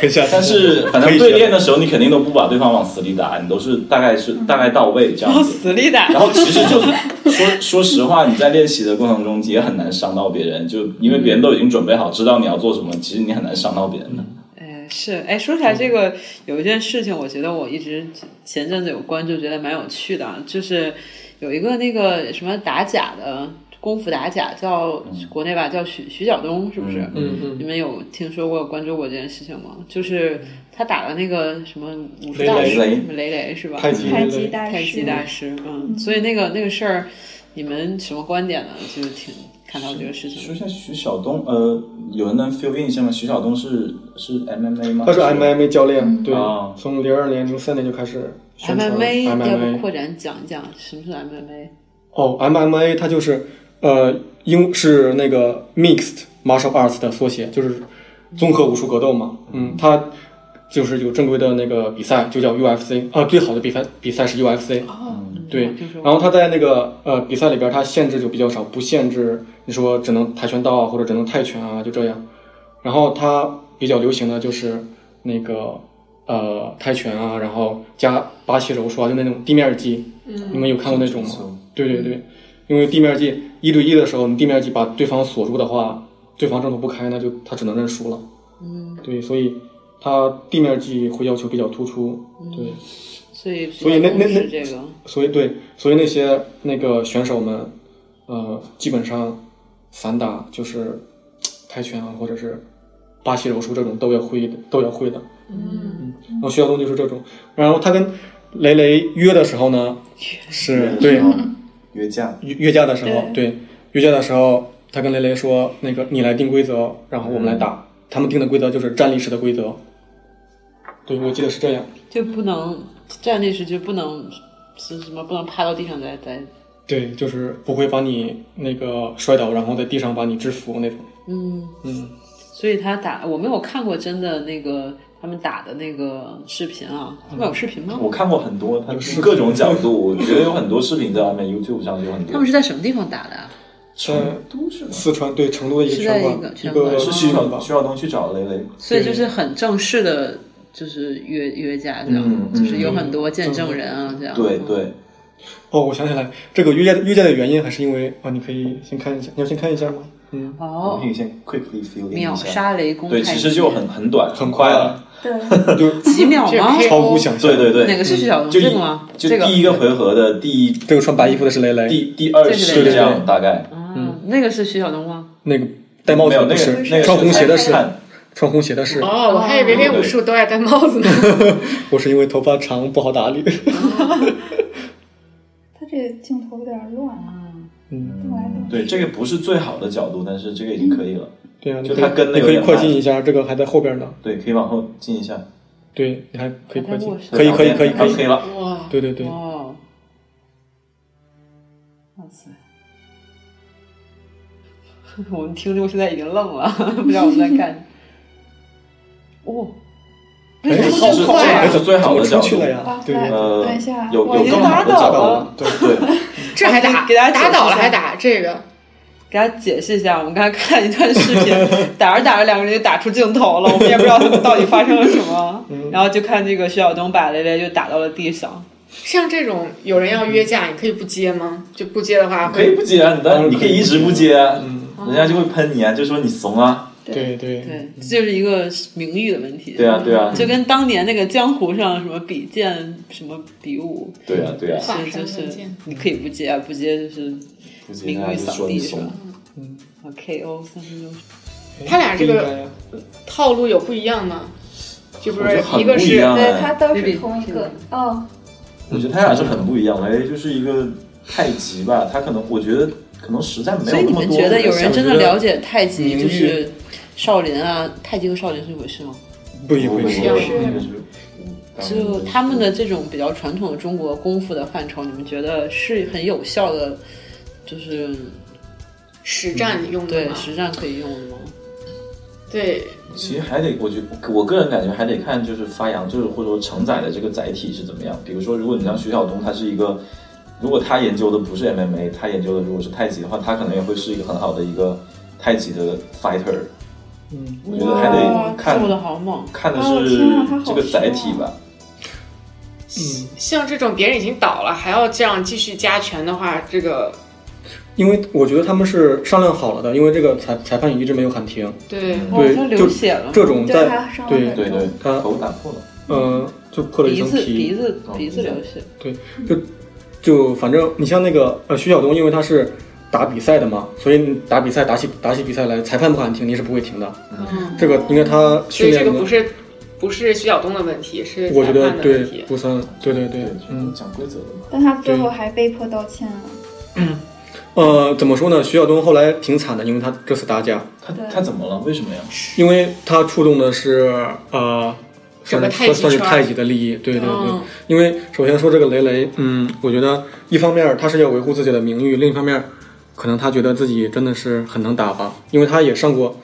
很像，但是反可正以对学练的时候，你肯定都不把对方往死里打，你都是大概是大概到位这然后样子。死力打然，后其实就是说说实话，你在练习的过程中也很难伤到别人，就因为别人都已经准备好知道你要做什么，其实你很难伤到别人的。哎，是哎，说起来这个有一件事情，我觉得我一直前阵子有关注，觉得蛮有趣的啊，就是有一个那个什么打假的功夫打假，叫国内吧，叫徐徐晓东，是不是？嗯嗯你们有听说过、关注过这件事情吗？就是他打了那个什么武术雷大雷师雷什么雷雷是吧？太极太极大太极师，大师，嗯，所以那个那个事儿，你们什么观点呢？就是挺看到这个事说情，一下徐晓东，呃，有人能 fill in 一下吗？徐晓东是是 MMA 吗？他是 MMA 教练，对啊，从零二年、零三年就开始宣传 MMA 要不 MMA。扩展讲一讲什么是 MMA？哦，MMA 它就是呃，英是那个 Mixed Martial Arts 的缩写，就是综合武术格斗嘛。嗯，它就是有正规的那个比赛，就叫 UFC 啊、最好的比赛比赛是 UFC。对嗯就是然后它在那个呃比赛里边，它限制就比较少，不限制你说只能跆拳道啊，或者只能泰拳啊，就这样。然后它比较流行的就是那个呃泰拳啊，然后加巴西柔术啊，就那种地面技。嗯，你们有看过那种吗？对对对，因为地面技一对一的时候，你地面技把对方锁住的话，对方挣脱不开，那就他只能认输了。嗯，对，所以他地面技会要求比较突出。对，所以所以那那那是这个所以对，所以那些那个选手们，呃，基本上散打就是泰拳啊，或者是巴西柔术这种都要会的，都要会的。嗯，然后徐晓东就是这种，然后他跟雷雷约的时候呢，是对哦约架，约约架的时候，对约架的时候，他跟雷雷说那个你来定规则，然后我们来打。他们定的规则就是站立式的规则。对，我记得是这样。就不能站立时就不能是什么不能趴到地上再再对，就是不会把你那个摔倒，然后在地上把你制服那种。嗯，嗯，所以他打我没有看过真的那个他们打的那个视频啊，他们有视频吗？我看过很多，他是各种角度，我觉得有很多视频在外面 YouTube 上有很他多们。是在什么地方打的啊？成都是吧四川对成都的一个是在拳一馆个，一拳个馆是徐拳晓啊馆吧东，徐晓东去找雷雷，所以就是很正式的，就是约约架这样，嗯嗯就是有很多见证人啊这样。对对，哦，我想起来，这个约架约架的原因还是因为啊，你可以先看一下，你要先看一下吗？嗯，我们哦可，以先 quickly fill in 秒一下。杀雷公太嗯对，极，其实就很很短，很快快了。对，就 几秒吗？超乎想象。对对对，哪个是徐晓东就一这个吗？就这个第一个回合的第一这个穿白衣服的是雷雷，第第二十这是这哪个样大概，啊，那个是徐晓东吗？那个戴帽没子有的那不个是，那个穿红鞋的是，看穿红鞋的啊是，哦，我还以为练武术都爱戴帽子呢。我是因为头发长不好打 理。他这个镜头有点乱啊。嗯，对这个不是最好的角度，但是这个已经可以了。对啊，你就可它跟以那你个可以有点快慢进一下，这个还在后边呢。对，可以往后进一下。对，你还可以快进还在卧，室可以可以可以可以啊可，以了。哇，对对对，哦，哇塞！ 我们听众现在已经愣了， 不知道我们在 干。哦，哎，这好是快这啊！是最好的怎角么度出去了。啊呀？对对，呃等一下，有我有已更经好打的倒角度了，对 对， 这还打给大家解释打一下倒了还打这个，给大家解释一下，我们刚才看一段视频，打着打着两个人就打出镜头了，我们也不知道他们到底发生了什么。嗯然后就看这个徐晓东把雷雷就打到了地上，像这种有人要约架，你可以不接吗？就不接的话，可以不接啊，你当然你可以一直不接啊，嗯，人家就会喷你啊，就说你怂啊，对对对，这就是一个名誉的问题。对啊对啊就跟当年那个江湖上什么比剑、什么比武，对啊对啊，华是山就论是剑你可以不接啊，不接就是估计名那誉就扫说地你是怂吧。？啊 KO 三分钟，他俩这不应个该啊套路有不一样吗？就不我觉是得很一个不一是样对，哎它都对是比同一是个吧哦，我觉得他俩是很不一样的，哎，就是一个太极吧，他可能我觉得可能实在没有所以那你么们多。觉得有人真的了解？解太极名就誉是少林啊？太极和少林是一回事吗？不一回事。是那个是，嗯就他们的这种比较传统的中国功夫的范畴，你们觉得是很有效的，就是实战用的对吗？实战可以用的吗？对，其实还得，我觉得我个人感觉还得看就是发扬，就是或者说承载的这个载体是怎么样。比如说，如果你像徐晓东，他是一个，如果他研究的不是 MMA，他研究的如果是太极的话，他可能也会是一个很好的一个太极的 fighter。嗯，我觉得还得看做的好猛，看的哦是天啊他好这个载体帅吧。像这种别人已经倒了，还要这样继续加权的话，这个因为我觉得他们是商量好了的，因为这个裁裁判一直没有喊停。对哇，对他就流血嗯了，这种对啊在它上嗯对了对对，他头打破了。呃就破了一鼻层子皮鼻，子哦鼻子流血，就反正你像那个呃徐晓东，因为他是打比赛的嘛，所以你打比赛打起打起比赛来，裁判不喊停，你是不会停的。嗯，这个应该他所训以这练个的，不是不是徐晓东的问题，是我觉裁得判的对问题。不算，对对对对，，嗯就讲规则的嘛。但他最对后还被迫道歉啊了。呃怎么说呢？徐晓东后来挺惨的，因为他这次打假，他对他怎么了？为什么呀？因为他触动的是呃。整个算是太极算算是圈儿太极的利益，对对对，嗯因为首先说这个雷雷，嗯，我觉得一方面他是要维护自己的名誉，另一方面可能他觉得自己真的是很能打吧，因为他也上过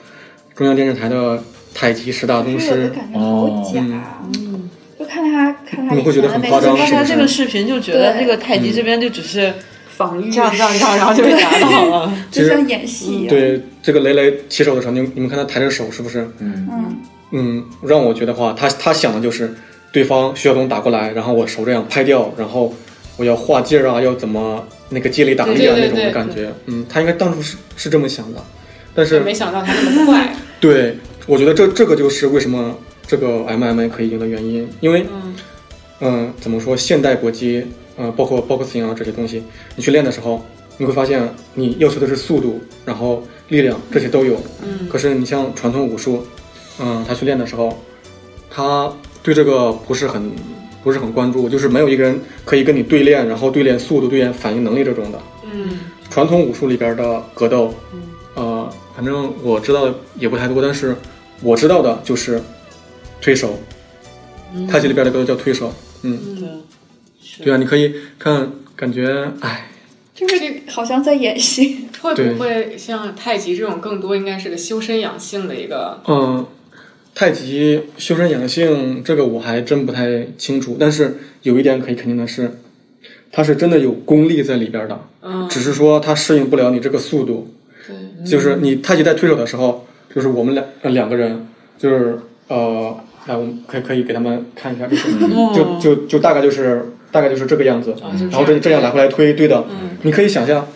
中央电视台的太极十大宗就是我师就，感觉好假，啊嗯，就看他看他你以会觉前得的很那夸些张刚是才不这是个视频就觉得对这个太嗯极这边就只是防御这样这样这样，然后就被打倒了，其就实像演戏一样。对这个雷雷起手的时候，你你们看他抬着手是不是？嗯，嗯，嗯，让我觉得话，他他想的就是对方徐晓东打过来，然后我手这样拍掉，然后我要化劲儿啊，要怎么那个借力打力对啊对对那种的对感觉。嗯，他应该当初是是这么想的，但就是没想到他那么快。对，我觉得这这个就是为什么这个 MMA 可以赢的原因，因为嗯，嗯、怎么说，现代搏击，嗯、包括 boxing 啊这些东西，你去练的时候，你会发现你要求的是速度，然后力量这些都有。嗯可是你像传统武术，嗯、他去练的时候，他对这个不是很不是很关注，就是没有一个人可以跟你对练，然后对练速度、对练反应能力这种的。嗯，传统武术里边的格斗，呃，反正我知道的也不太多，但是我知道的就是推手，太极里边的格斗叫推手，嗯，对对啊，你可以看，感觉，哎，就是好像在演戏。会对不会像太极这种更多应该是个修身养性的一个？嗯、太极修身养性这个我还真不太清楚，但是有一点可以肯定的是，它是真的有功力在里边的，嗯，只是说它适应不了你这个速度，对，就是你太极在推手的时候，就是我们两呃两个人，就是呃，来我们可以可以给他们看一下，就是就就就大概就是大概就是这个样子，啊哦就是嗯然后这这样来回来推，对的，你可以想象，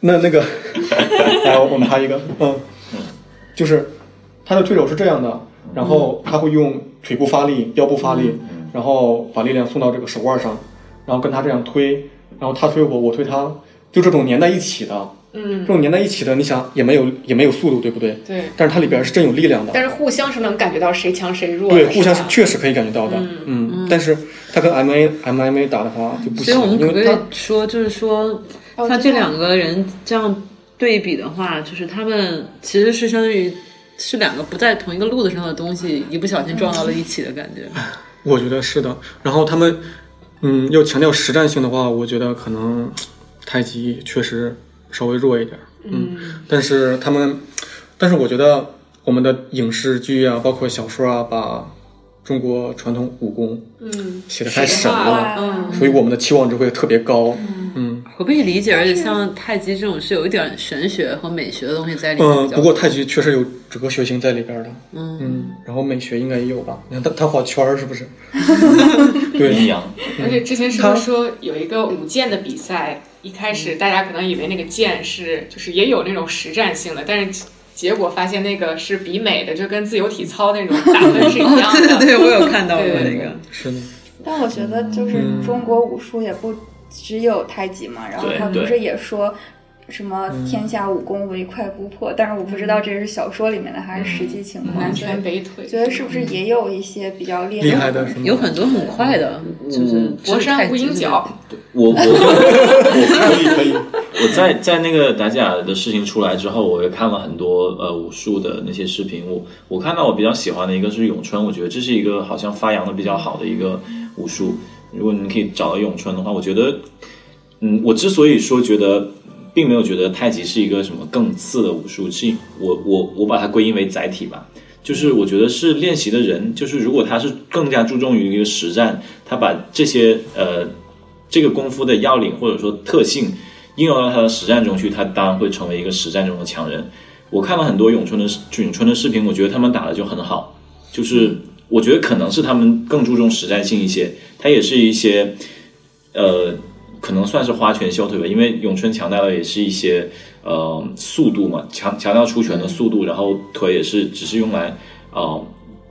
那那个，来我们拍一个，嗯，就是他的推手是这样的，然后他会用腿部发力、腰部发力，然后把力量送到这个手腕上，然后跟他这样推，然后他推我，我推他，就这种粘在一起的，嗯这，种粘在一起的，你想也没有也没有速度，对不对？对。但是它里边是真有力量的，但是互相是能感觉到谁强谁弱的，对，互相是吧确实可以感觉到的，嗯。但是它跟 M A M M A 打的话就不所行以我，们可因不可为以它说，就是说，哦像这知道两个人这样对比的话，就是他们其实是相当于是两个不在同一个路子上的东西，一不小心撞到了一起的感觉。嗯我觉得是的。然后他们，嗯，要强调实战性的话，我觉得可能太极确实稍微弱一点，嗯。但是他们，但是我觉得我们的影视剧啊，包括小说啊，把中国传统武功嗯，写的太神哇了，嗯，所以我们的期望值会特别高，嗯我可以理解，而且像太极这种是有一点玄学和美学的东西在里面嗯比，较。不过太极确实有哲学性在里边儿的，嗯嗯，然后美学应该也有吧？你看他他画圈儿是 不是？绵对，羊，而且之前是不是说有一个舞剑的比赛，一开始大家可能以为那个剑是就是也有那种实战性的，但是结果发现那个是比美的，就跟自由体操那种打分是一样的。哦对对 对，我有看到过对那对个。是的，但我觉得就是中国武术也不只有太极嘛，然后对他不对是也说什么天下武功唯快不破，但是我不知道这是小说里面的还是实际情况，南所拳以北腿，觉得是不嗯是也有一些比较厉厉害害的什么有很多很快的，嗯就是佛山无影脚。脚，我我 我可以可以，我 在在那个打假的事情出来之后，我也看了很多呃武术的那些视频。我我看到我比较喜欢的一个是咏春，我觉得这是一个好像发扬的比较好的一个武术。如果你可以找到咏春的话，我觉得，嗯，我之所以说觉得。并没有觉得太极是一个什么更次的武术，是我我我把它归因为载体吧，就是我觉得是练习的人，就是如果他是更加注重于一个实战，他把这些呃这个功夫的要领或者说特性应用到他的实战中去，他当然会成为一个实战中的强人。我看了很多咏春的咏春的视频，我觉得他们打的就很好，就是我觉得可能是他们更注重实战性一些，他也是一些呃可能算是花拳绣腿吧，因为咏春强调的也是一些呃速度嘛，强强调出拳的速度，然后腿也是只是用来呃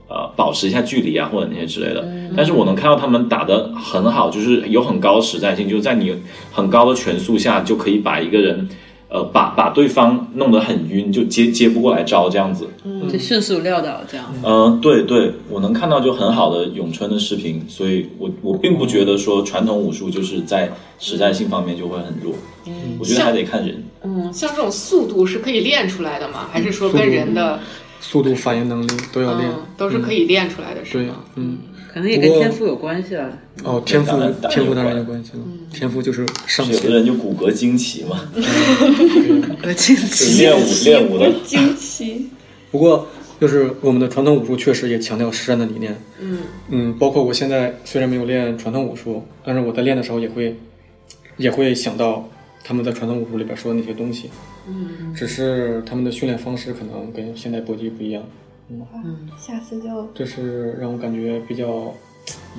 呃保持一下距离啊或者那些之类的。嗯但是我能看到他们打得很好，就是有很高的实战性，就是在你很高的拳速下就可以把一个人。呃，把把对方弄得很晕，就接接不过来招这样子。就迅速撂倒这样。嗯，对对，我能看到就很好的咏春的视频，所以我我并不觉得说传统武术就是在实战性方面就会很弱，嗯我觉得还得看人。嗯像这种速度是可以练出来的吗？还是说跟人的速度、反应能力都要练哦嗯，都是可以练出来的，是对吗？，嗯，可能也跟天赋有关系了。哦，天赋当然当然天赋当然有有关系了，嗯天赋就是上有的限。人就骨骼惊奇嘛， 我惊就奇，练武练武不的是惊奇，不过就是我们的传统武术确实也强调实战的理念，嗯嗯，包括我现在虽然没有练传统武术，但是我在练的时候也会，也会想到他们在传统武术里边说的那些东西，嗯，只是他们的训练方式可能跟现代搏击不一样，下次就这是让我感觉比较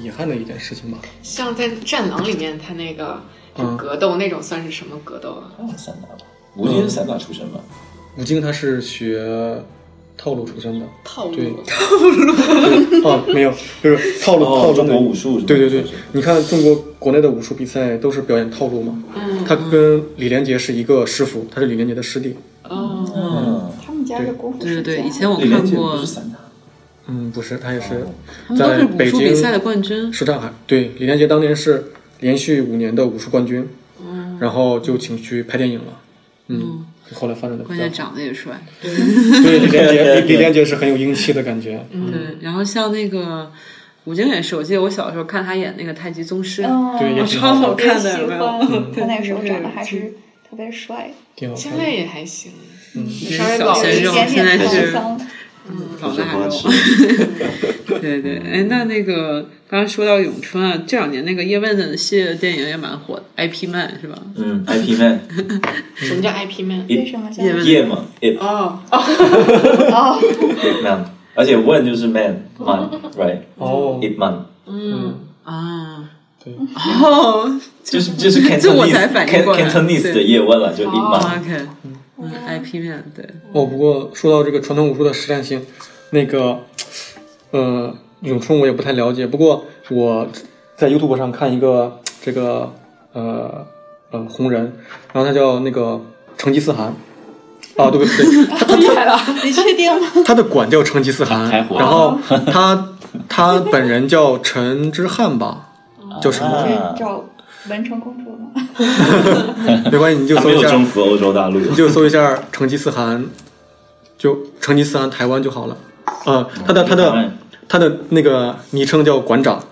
遗憾的一件事情吧。像在《战狼》里面，他那个就嗯格斗那种算是什么格斗啊？啊散打吧，吴京是散打出身嘛，吴京他是学套路出身的，套对路， 哦，没有，就是套路、哦套路中的国武术是吧对对对就是，你看中国国内的武术比赛都是表演套路嘛，嗯他跟李连杰是一个师傅，他是李连杰的师弟。哦，嗯，他们家是功夫对世对对，家以，前我李连看杰过不，是散打，嗯，不是，他也是他们都在是武北术京比赛的冠军。是上海。对，李连杰当年是连续五年的武术冠军，然后就请去拍电影了。嗯，后来发展的比关较键好。长得也帅，对，李连杰，李李连杰是很有英气的感觉。嗯对。然后像那个吴京也是，我记得我小时候看他演那个太极宗师，嗯，对也我挺超好特别看的，喜有没有？欢他那个时候长得还是特别帅，挺好现看在的。也还行，嗯嗯稍微小老有一鲜一肉，点现在点是沧桑。老是大花肉。 痴。对嗯对，哎，那那个刚刚说到咏春啊，这两年那个叶问的系列的电影也蛮火的，IP Man 是吧？嗯，IP man 什么叫 IP man？为什么叫叶问夜嘛，it 哦哦，哦， it man，而且问就是 man man right 哦， it man，嗯，啊，对嗯哦就是就是这我才反应 Cantonese 过来 Cantonese 的对叶问了，就 it man。 ，OK，嗯，IP Man 对，哦，不过说到这个传统武术的实战性，那个，呃，咏春我也不太了解。不过我在 YouTube 上看一个这个呃呃红人，然后他叫那个成吉思汗。啊，对不对？他他厉害了，你确定吗？他的馆叫成吉思汗啊太火，了然后他他本人叫陈之汉吧，叫什么？啊是找文成公主吗？没关系，你就他搜没一有下，征服欧洲大陆。你就搜一下成吉思汗，就成吉思汗台湾就好了。呃，他的他的他的那个昵称叫馆长，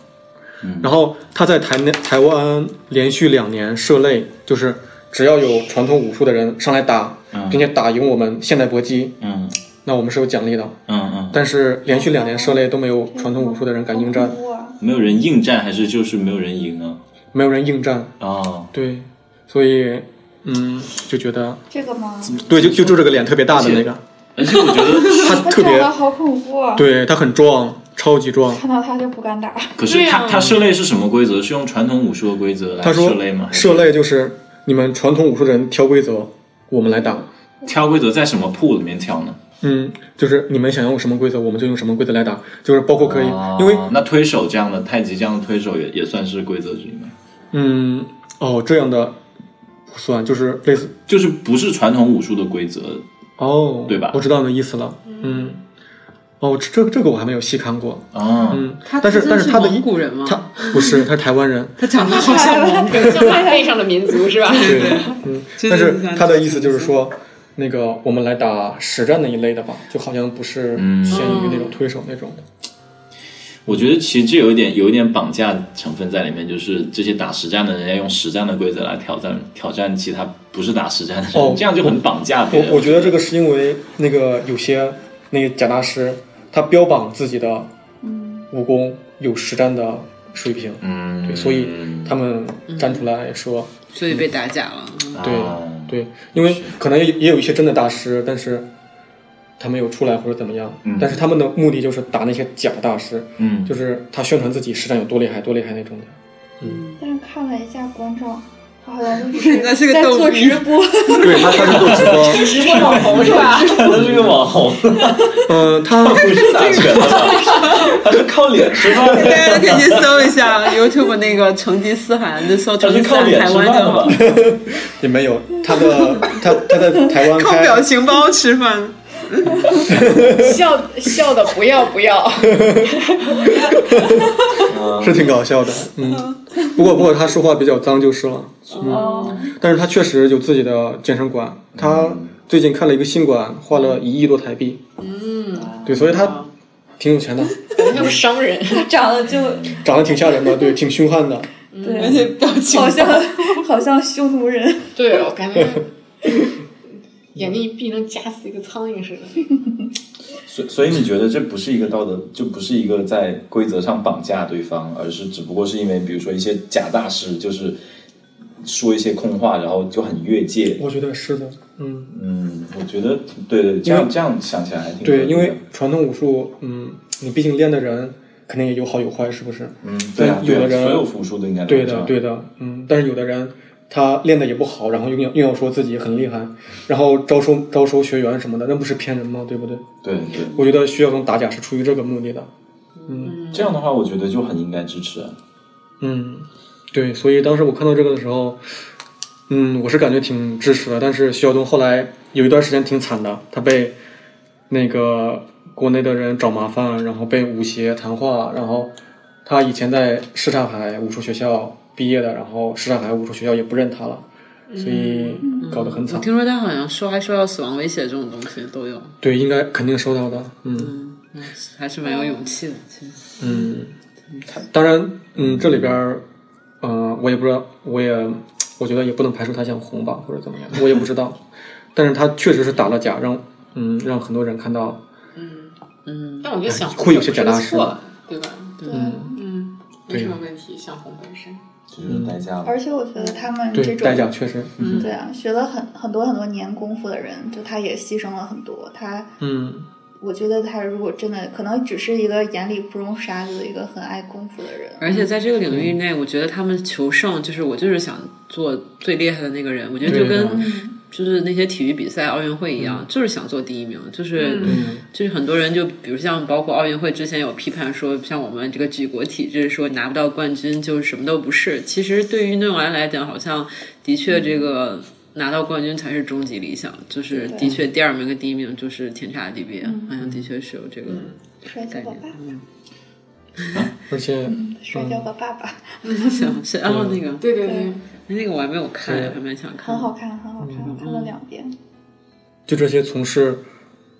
嗯然后他在台内台湾连续两年涉类，就是只要有传统武术的人上来打，嗯并且打赢我们现代搏击，嗯那我们是有奖励的。嗯嗯，但是连续两年涉类都没有传统武术的人敢应战好，酷啊没有人应战，还是就是没有人赢啊？没有人应战，哦，对，所以嗯，就觉得这个吗？对，就就就这个脸特别大的那个，而且我觉 得，他他特长别得好恐怖啊！对他很壮，超级壮。看到他就不敢打。可是对啊他他射类是什么规则？是用传统武术的规则来他说射类吗？还是射类就是你们传统武术人挑规则，我们来打。挑规则在什么铺里面挑呢？嗯，就是你们想用什么规则，我们就用什么规则来打，就是包括可以，哦因为那推手这样的太极这样的推手也也算是规则之一吗？嗯哦这样的不算，就是类似就是不是传统武术的规则，哦，对吧我知道你的意思了，嗯，哦这这这个我还没有细看过，啊，嗯，他但是真但是他的蒙古人吗？他不是他是台湾人，他长得好像蒙古人，像马背上的民族是吧？对，嗯， 但真的是是他的意思就是说，那个我们来打实战的一类的吧，就好像不是嗯限于那种推手那种的。我觉得其实这有一点有一点绑架成分在里面，就是这些打实战的人要用实战的规则来挑战挑战其他不是打实战的人，哦这样就很绑架别人。我我觉得这个是因为那个有些那个假大师，他标榜自己的武功有实战的水平，嗯，对，所以他们站出来说，所以被打假了。嗯啊对对，因为可能也也有一些真的大师，但是。他没有出来或者怎么样，嗯但是他们的目的就是打那些假大师，嗯，就是他宣传自己实战有多厉害，多厉害那种的。但是看了一下关照，他好像就那是是个 在逗做逼直播，对他，他是做直播， 直播网红是吧？ 他是个网 红，嗯，他不是打拳的吧，他是靠脸吃饭 大的，家可以去搜一 下 YouTube 那个成吉思汗，就搜他成是吉思靠汗脸台吃湾饭就的吧好，？也没有，他的他他在台湾靠开，表情包吃饭。 笑笑的不要不 要，是挺搞笑的，嗯。不过不过他说话比较脏就是了，嗯。但是他确实有自己的健身馆，他最近开了一个新馆，花了一亿多台币，嗯。对，所以他挺有钱的，那不商 人。长得就嗯长得挺吓人的，对，挺凶悍的，对，表情好像好像匈奴人。对，我感觉 眼睛一闭能夹死一个苍蝇似的。所所以你觉得这不是一个道德，就不是一个在规则上绑架对方，而是只不过是因为比如说一些假大师就是说一些空话，然后就很越界。我觉得是的，嗯，嗯，我觉得对对，这样这样想起来还挺合对，理的因为传统武术，嗯，你毕竟练的人肯定也有好有坏，是不是？嗯，对啊，有的对啊人所有服输的应该都对是这的，样对的，嗯，但是有的人他练的也不好，然后又要又要说自己很厉害，然后招收招收学员什么的，那不是骗人吗？对不对？对对，我觉得徐晓东打假是出于这个目的嗯的，这样的话我觉得就很应该支持啊。嗯，对，所以当时我看到这个的时候，嗯，我是感觉挺支持的，但是徐晓东后来有一段时间挺惨的，他被那个国内的人找麻烦，然后被武协谈话，然后他以前在什刹海武术学校毕业的，然后什刹海武术学校也不认他了，所以搞得很我惨。听说他好像说还受到死亡威胁这种东西都有，对，应该肯定收到的，嗯嗯，还是蛮有勇气的。其实嗯，当然，嗯，这里边儿，呃，我也不知道，我也我觉得也不能排除他想红吧，或者怎么样，我也不知道，但是他确实是打了假，让嗯让很多人看到，嗯嗯但我觉得想红哎会有些假也不大是师错的，对吧？嗯，嗯，没对啊什么问题，想红本身。这就是代价了。而且我觉得他们这对，种代价确实，嗯对啊，学了很很多很多年功夫的人，就他也牺牲了很多。他，嗯，我觉得他如果真的，可能只是一个眼里不容沙子的一个很爱功夫的人。而且在这个领域内，我觉得他们求胜，就是我就是想做最厉害的那个人。我觉得就对的跟嗯就是那些体育比赛、嗯奥运会一样，就是想做第一名，就是。嗯就是很多人就比如像包括奥运会之前有批判说，像我们这个举国体制说拿不到冠军就是什么都不是。其实对于运动员来讲，好像的确这嗯个拿到冠军才是终极理想，就是的确第二名跟第一名就是天差地别，嗯好像的确是有这个。摔跤吧爸，而且摔跤吧爸爸，行是然后那个对对对，那个我还没有看，对还蛮想看很的。好看，很好看，我嗯看了两遍。就这些从事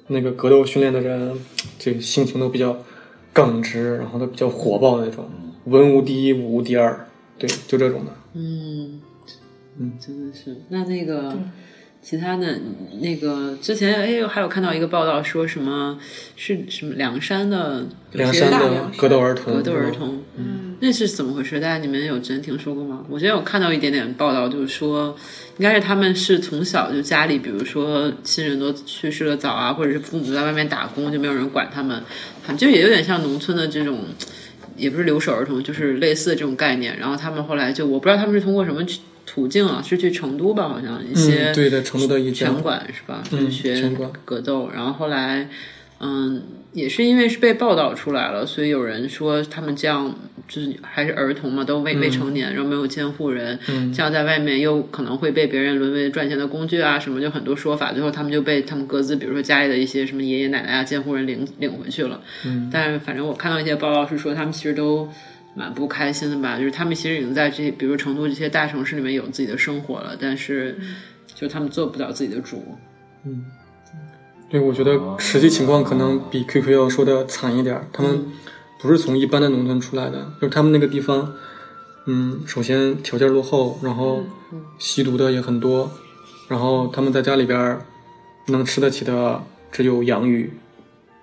那个格斗训练的人，这性情都比较耿直，然后都比较火爆那种，文无第一，武无第二，对，就这种的。嗯，真的是。那那个其他的那个之前哎，还有看到一个报道说什么是什么梁山的有梁些山大的格斗儿童，格斗儿是吧，童，嗯那是怎么回事？大家你们有之前听说过吗？我之前有看到一点点报道，就是说应该是他们是从小就家里，比如说亲人都去世的早啊，或者是父母都在外面打工，就没有人管他们，他们就也有点像农村的这种。也不是留守儿童，就是类似的这种概念。然后他们后来就，我不知道他们是通过什么去途径啊，是去成都吧？好像一些嗯，对的，成都的一家拳馆是吧？嗯就学拳馆格斗，然后后来，嗯，也是因为是被报道出来了，所以有人说他们这样就是还是儿童嘛，都未嗯未成年，然后没有监护人，这样在外面又可能会被别人沦为赚钱的工具啊，什么就很多说法，最后他们就被他们各自，比如说家里的一些什么爷爷奶奶啊、监护人领领回去了。嗯，但反正我看到一些报道是说他们其实都。蛮不开心的吧，就是他们其实已经在这，比如成都这些大城市里面有自己的生活了，但是就他们做不了自己的主。对，我觉得实际情况可能比 QQ 要说的惨一点儿。他们不是从一般的农村出来的，就是他们那个地方，嗯，首先条件落后，然后吸毒的也很多，然后他们在家里边儿能吃得起的只有洋芋，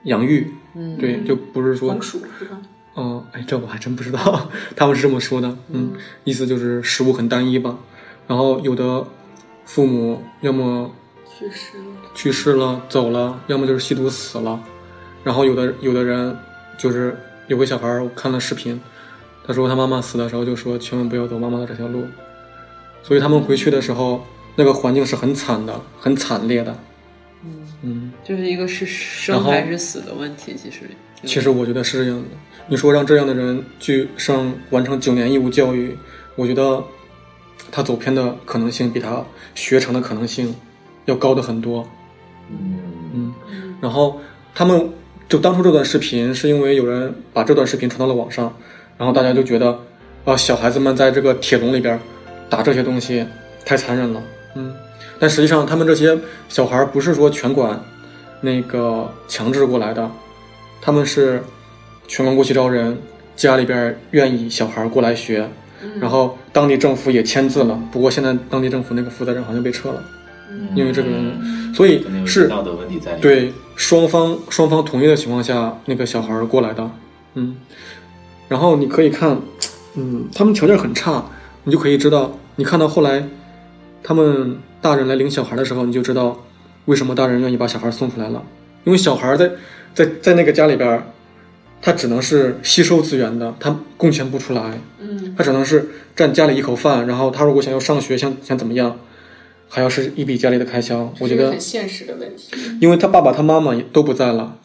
洋芋，嗯，对，就不是说红薯是吧？哦，哎，这我还真不知道， 他们是这么说的，嗯，意思就是食物很单一吧。然后有的父母要么去世了，去世了、走了，要么就是吸毒死了。然后有的有的人就是有个小孩儿，我看了视频，他说他妈妈死的时候就说千万不要走妈妈的这条路，所以他们回去的时候，那个环境是很惨的、很惨烈的。嗯，就是一个是生然后还是死的问题，其实有其实我觉得是这样的。你说让这样的人去上完成九年义务教育，我觉得他走偏的可能性比他学成的可能性要高的很多。嗯，嗯，然后他们就当初这段视频是因为有人把这段视频传到了网上，然后大家就觉得，啊、小孩子们在这个铁笼里边打这些东西太残忍了，嗯，但实际上他们这些小孩不是说拳馆那个强制过来的，他们是全国过去招人，家里边愿意小孩过来学。嗯然后当地政府也签字了，不过现在当地政府那个负责人好像被撤了，嗯因为这个人，所以可能有是道德问题在里面。对双方双方同意的情况下，那个小孩儿过来的，嗯，然后你可以看，嗯，他们条件很差，你就可以知道，你看到后来他们大人来领小孩的时候，你就知道为什么大人愿意把小孩送出来了，因为小孩在在在那个家里边儿，他只能是吸收资源的，他贡献不出来，嗯，他只能是占家里一口饭，然后他如果想要上学，想想怎么样，还要是一笔家里的开销，我这是觉一得个很现实的问题。因为他爸爸、他妈妈也都不在了。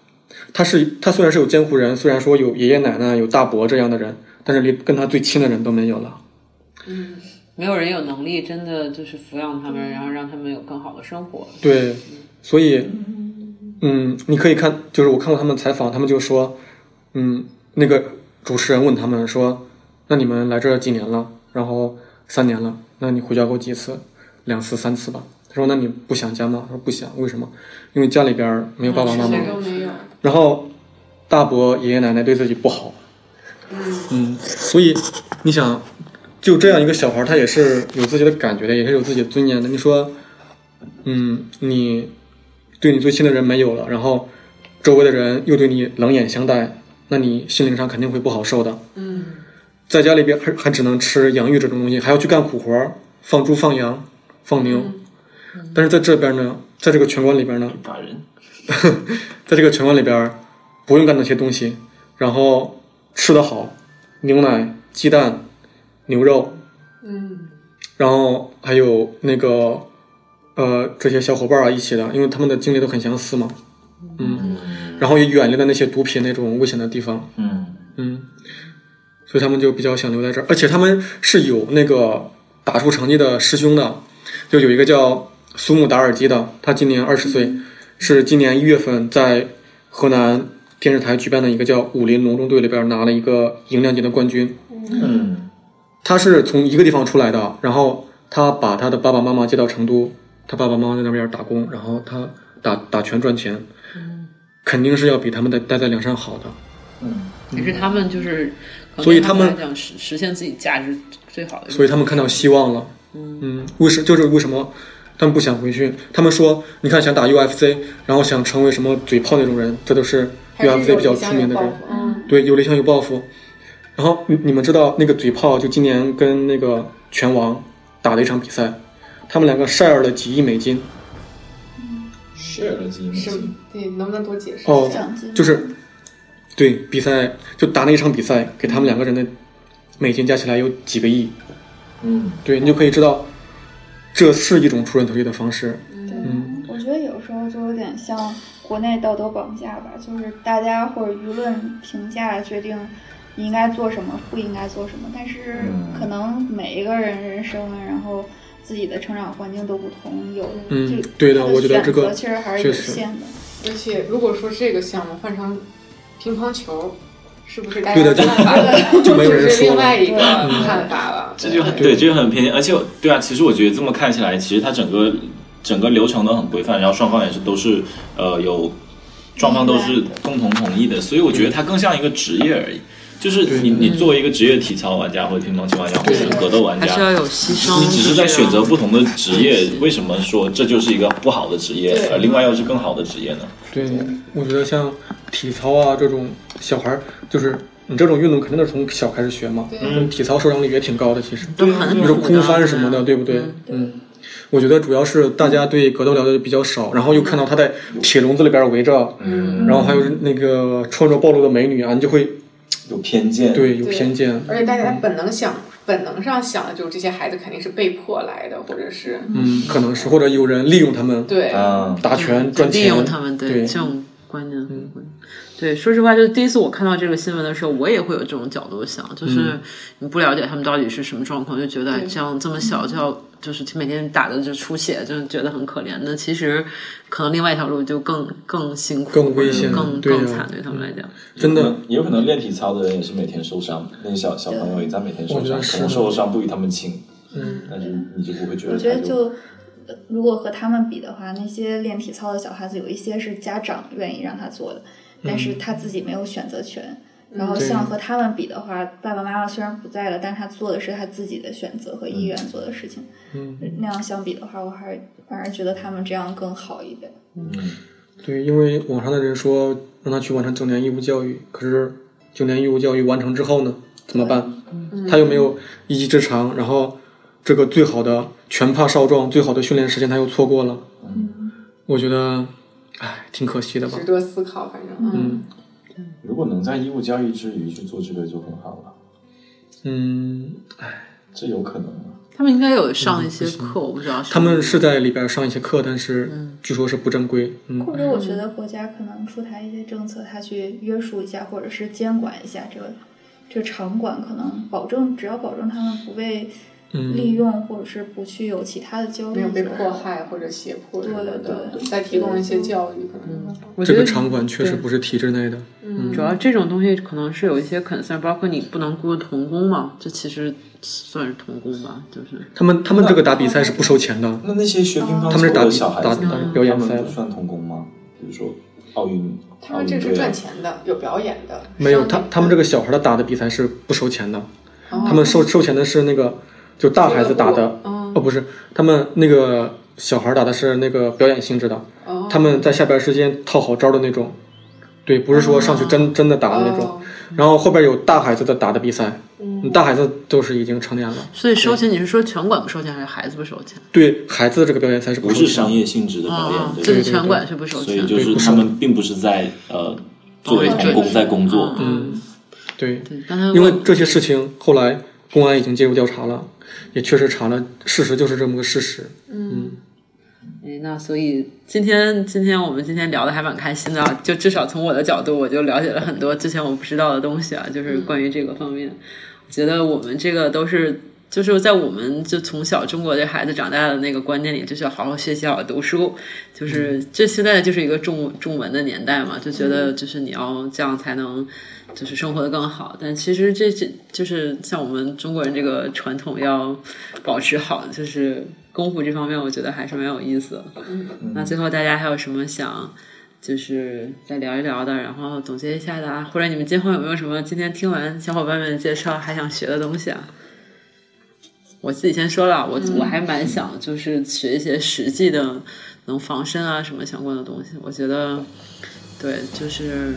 他是他虽然是有监护人，虽然说有爷爷奶奶、有大伯这样的人，但是连跟他最亲的人都没有了。嗯没有人有能力真的就是抚养他们，然后让他们有更好的生活。对，所以，嗯，你可以看，就是我看过他们采访，他们就说，嗯，那个主持人问他们说，那你们来这儿几年了？然后三年了，那你回家过几次？两次、三次吧。他说：“那你不想家吗？”他说：“不想，为什么？因为家里边儿没有爸爸妈妈。谁都没有，然后大伯爷爷奶奶对自己不好，嗯，所以你想，就这样一个小孩儿，他也是有自己的感觉的，也是有自己的尊严的。你说，嗯，你对你最亲的人没有了，然后周围的人又对你冷眼相待，那你心灵上肯定会不好受的。嗯，在家里边还还只能吃洋芋这种东西，还要去干苦活儿，放猪、放羊、放牛。但是在这边呢，在这个拳馆里边呢，打人，在这个拳馆里边儿，不用干那些东西，然后吃得好，牛奶、鸡蛋、牛肉，嗯，然后还有那个呃这些小伙伴儿啊一起的，因为他们的经历都很相似嘛，嗯，然后也远离了那些毒品那种危险的地方，嗯，嗯，所以他们就比较想留在这儿，而且他们是有那个打出成绩的师兄的，就有一个叫苏木达尔基的，他今年二十岁，是今年一月份在河南电视台举办的一个叫武林隆中队里边拿了一个银量级的冠军。嗯，他是从一个地方出来的，然后他把他的爸爸妈妈接到成都，他爸爸妈妈在那边打工，然后他打打拳赚钱，肯定是要比他们在待在梁山好的。也是他们就是，可能所以对他们们来讲实实现自己价值最好的。所以他们看到希望了。嗯，为什就是为什么他们不想回去？他们说，你看想打 UFC，然后想成为什么嘴炮那种人，这都是还是 UFC 比较有出名的报人。复。嗯，对，有理想有抱负。然后你你们知道那个嘴炮就今年跟那个拳王打了一场比赛，他们两个 share 了几亿美金。是了基因是，对，能不能多解释嗯哦一下？奖金就是对比赛就打那一场比赛，给他们两个人的美金加起来有几个亿。嗯对你就可以知道这是一种出人头地的方式。嗯，我觉得有时候就有点像国内道德绑架吧，就是大家或者舆论评价决定你应该做什么，不应该做什么。但是嗯可能每一个人人生，然后自己的成长环境都不同，有嗯就对的他我觉得选这个择其实还是确有实限的。而且如果说这个项目换成乒乓球，是不是大家对的就办法了 就没有人就是说另了嗯外一个看法了？这就很对，这就很偏见。而且我对啊，其实我觉得这么看起来，其实它整个整个流程都很规范，然后双方也是都是呃有双方都是共同同意的，所以我觉得它更像一个职业而已。就是你你作为一个职业体操玩家或者乒乓球玩家或者是格斗玩还家是，要有牺牲。你只是在这样选择不同的职业，为什么说这就是一个不好的职业，而另外又是更好的职业呢？对，我觉得像体操啊这种小孩儿，就是你这种运动肯定都是从小开始学嘛。嗯，体操受伤率也挺高的，其实。都很你苦说的啊空翻什么的，对不对？嗯，我觉得主要是大家对格斗了解比较少，然后又看到他在铁笼子里边围着，嗯，然后还有那个穿着暴露的美女啊，你就会有偏见，对有偏见。而且大嗯家本能想，本能上想的就是这些孩子肯定是被迫来的，或者是嗯，可能是或者有人利用他们对，啊，打拳赚钱，利用他们对这种观念。对，说实话，就是第一次我看到这个新闻的时候，我也会有这种角度想，嗯就是你不了解他们到底是什么状况，就觉得哎这样这么小就要就是每天打的就出血，就觉得很可怜。那其实可能另外一条路就更更辛苦，更危险更对啊更惨，对他们来讲。真的，嗯也有可能练体操的人也是每天受伤，那些小小朋友也在每天受我觉伤，得是可的能受的伤不比他们轻，嗯，但是你就不会觉得我觉他得就呃如果和他们比的话，那些练体操的小孩子有一些是家长愿意让他做的，但是他自己没有选择权。然后像和他们比的话，爸爸妈妈虽然不在了，但是他做的是他自己的选择和意愿做的事情。嗯，那样相比的话，我还是反而觉得他们这样更好一点。嗯对，因为网上的人说让他去完成九年义务教育，可是九年义务教育完成之后呢，怎么办？嗯他又没有一技之长，然后这个最好的全怕少壮，最好的训练时间他又错过了。我觉得，唉，挺可惜的吧值。得思考，反正嗯，如果能在义务教育之余去做这个就很好了，嗯，这有可能啊吗？他们应该有上一些课，我不知道是他们是在里边上一些课，但是嗯据说是不正规。嗯，或者我觉得国家可能出台一些政策，他去约束一下，或者是监管一下这个这个场馆，可能保证只要保证他们不被嗯利用，或者是不去有其他的交易，没有被迫害或者胁迫什么的对，对再提供一些教育，可能嗯我觉这个得场馆确实不是体制内的。嗯主要这种东西可能是有一些 concern，包括你不能雇童工嘛，这其实算是童工吧，就是他们他们这个打比赛是不收钱的。那那些学乒乓他们是球打的比小孩打子，打表演赛他们的不，算童工吗？比如说奥运，他奥们这运是队啊赚钱的，有表演的，没有商业他的他们这个小孩的打的比赛是不收钱的。哦他们收收钱的是那个就大孩子打俱乐的部，哦不是，他们那个小孩打的是那个表演性质的，哦他们在下边时间套好招的那种，对，不是说上去真真的打的那种哦。嗯然后后边有大孩子的打的比赛，大孩子都是已经成年了，所以收钱，你是说拳馆不收钱，还是孩子不收钱？对孩子这个表演赛是不收是钱商业性质的表演哦啊，，对这不个对？拳馆是不收所钱以。就是他们并不是在呃作为童工在工作，嗯，对，对，但他因为这些事情后来公安已经介入调查了，也确实查了，事实就是这么个事实。哎，那所以今天今天我们今天聊的还蛮开心的啊，就至少从我的角度，我就了解了很多之前我不知道的东西啊，就是关于这个方面。我觉得我们这个都是。就是在我们就从小中国这孩子长大的那个观念里，就是要好好学习，好好读书。就是这现在就是一个重重文的年代嘛，就觉得就是你要这样才能就是生活的更好。但其实这这就是像我们中国人这个传统要保持好，就是功夫这方面，我觉得还是蛮有意思的。那最后大家还有什么想就是再聊一聊的，然后总结一下的啊？或者你们今后有没有什么今天听完小伙伴们的介绍还想学的东西啊？我自己先说了，我、我还蛮想就是学一些实际的能防身啊什么相关的东西。我觉得，对，就是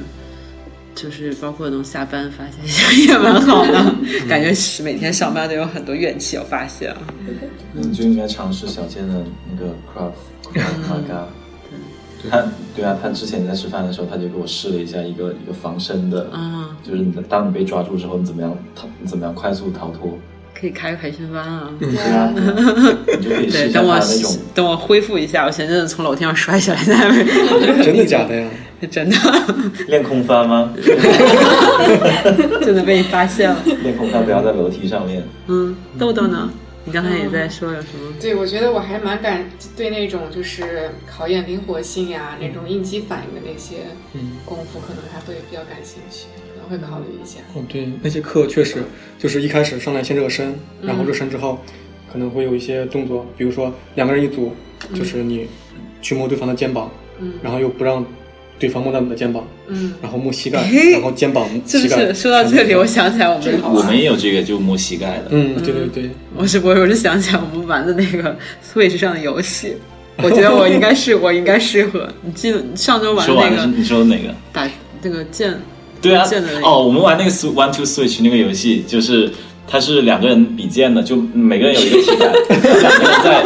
就是包括能下班发泄一下也 蛮好的，感觉是每天上班都有很多怨气要发泄啊。你就应该尝试小健的那个 craft 嗯 craft m 他对啊，他之前在吃饭的时候，他就给我试了一下一个一个防身的，嗯就是你的当你被抓住之后，你怎么样逃，你怎么样快速逃脱，可以开个培训班啊。对啊，你就可以嗯试对，一下等我他那种等我恢复一下，我前阵子从楼梯上摔下来，在外面真的假的呀？ 真的练空翻吗？真的被你发现了。练空翻不要在楼梯上练。嗯，豆豆呢？你刚才也在说有什么？对，我觉得我还蛮感对那种就是考验灵活性呀、那种应激反应的那些功夫，可能还会比较感兴趣，可能会考虑一下。哦，对，那些课确实就是一开始上来先热身，然后热身之后可能会有一些动作，比如说两个人一组，就是你去摸对方的肩膀，嗯然后又不让对方摸到你的肩膀， 嗯，然后摸膝盖，嘿然后肩膀、是不膝盖是。说到这里，我想起来我们我们也有这个，就摸膝盖的。嗯，对对对，我是我我是想起来我们玩的那个 Switch 上的游戏，我觉得我应该是我应该适合。你记得你上周你玩说那完了，个你说哪个？打那个剑，对啊键的那，个哦，我们玩那个 Sw- One Two Switch 那个游戏，就是它是两个人比剑的，就每个人有一个体 感，两个人在，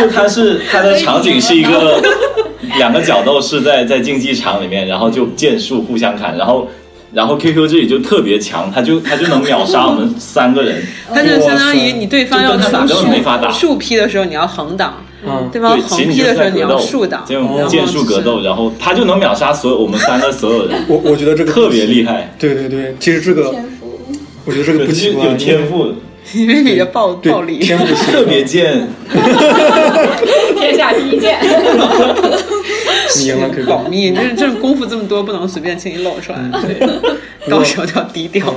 就它是它的场景是一个 两个角斗士在在竞技场里面，然后就剑术互相砍，然后。然后 QQ 这里就特别强，他就他就能秒杀我 们三个人，它就相当于你对方要就跟他打出根本没法打竖竖劈的时候你要横挡，嗯，对方对，其横实你劈就的哦时是候在你要格斗，竖挡，就然后剑术格斗，然后他就能秒杀所有我们三个所有人，我我觉得这个特别厉害，对对对，其实这个天赋。嗯我觉得这个有不奇怪，有天赋，因为你的暴对暴力。 天赋奇特 别贱，天下第一剑。你赢了可以保密，就是这种功夫这么多，不能随便轻易露出嗯来， 对，到时候都要低调。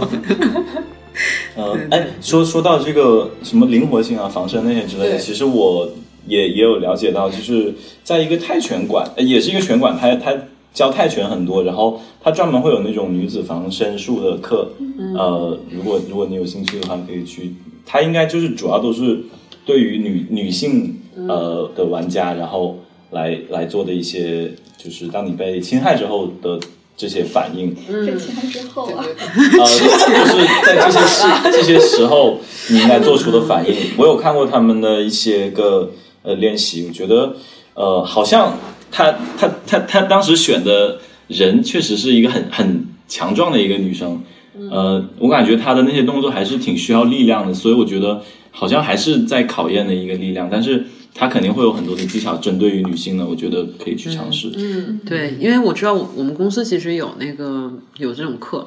呃，哎，说说到这个什么灵活性啊、防身那些之类的，对其实我也也有了解到，就是在一个泰拳馆，呃也是一个拳馆，它它教泰拳很多，然后它专门会有那种女子防身术的课。呃，如果如果你有兴趣的话，可以去。它应该就是主要都是对于女女性呃的玩家，然后来来做的一些，就是当你被侵害之后的这些反应。被侵害之后啊， 呃，就是在这些事这些时候，你应该做出的反应。我有看过他们的一些个呃练习，我觉得呃，好像他他他他当时选的人确实是一个很很强壮的一个女生，嗯呃，我感觉她的那些动作还是挺需要力量的，所以我觉得好像还是在考验的一个力量，但是。她肯定会有很多的技巧，针对于女性呢，我觉得可以去尝试。嗯，对，因为我知道我我们公司其实有那个有这种课，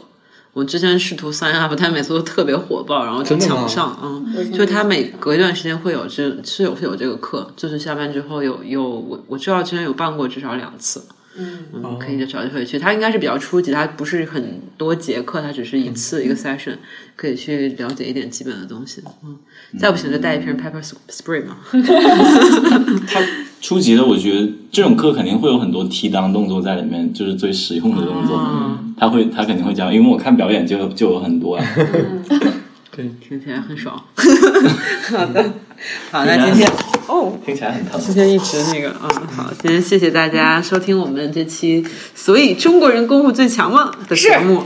我之前试图 sign up，但每次都特别火爆，然后就真的抢吗不上。嗯，就他每隔一段时间会有这是有是有这个课，就是下班之后有有我我知道之前有办过至少两次。嗯，哦可以找机会去。他应该是比较初级，他不是很多节课，他只是一次一个 session，可以去了解一点基本的东西。嗯，再不行就带一瓶 pepper spray 嘛。 初级的，我觉得这种课肯定会有很多踢裆动作在里面，就是最实用的动作。他会，他肯定会讲，因为我看表演就就有很多啊。听起来很爽。嗯 好的，好，那今天哦，听起来很今疼。天一直那个啊，好，今天谢谢大家收听我们这期《所以中国人功夫最强吗》的节目。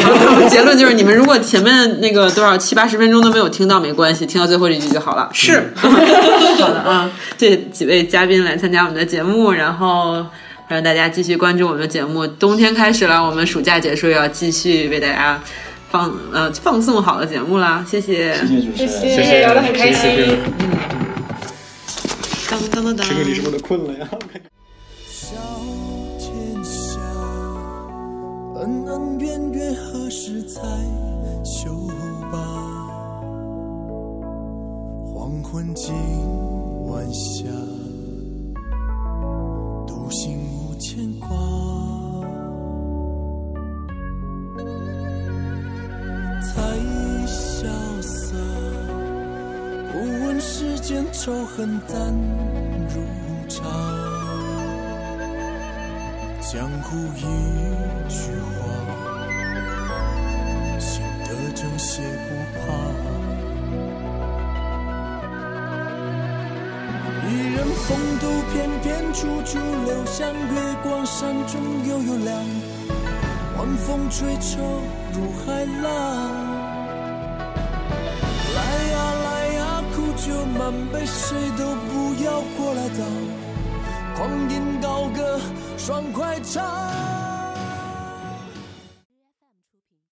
好了，我们结论就是，你们如果前面那个多少七八十分钟都没有听到，没关系，听到最后这句就好了。是，好的啊，这几位嘉宾来参加我们的节目，然后。让大家继续关注我们的节目。冬天开始了，我们暑假结束，也要继续为大家放呃放送好的节目啦。谢谢。谢谢主持人。谢谢，聊得很开谢谢心。当当当当。这个你是不是困了呀？小天下，恩恩怨怨何时才休罢？黄昏今晚下，独行无牵挂。才潇洒，不问世间仇恨淡如茶。江湖一句话，行得正邪不怕。一人风度翩翩，处处留香。月光山中悠悠凉，晚风吹愁如海浪。来呀来呀，苦酒满杯，谁都不要过来挡。狂饮高歌，爽快唱。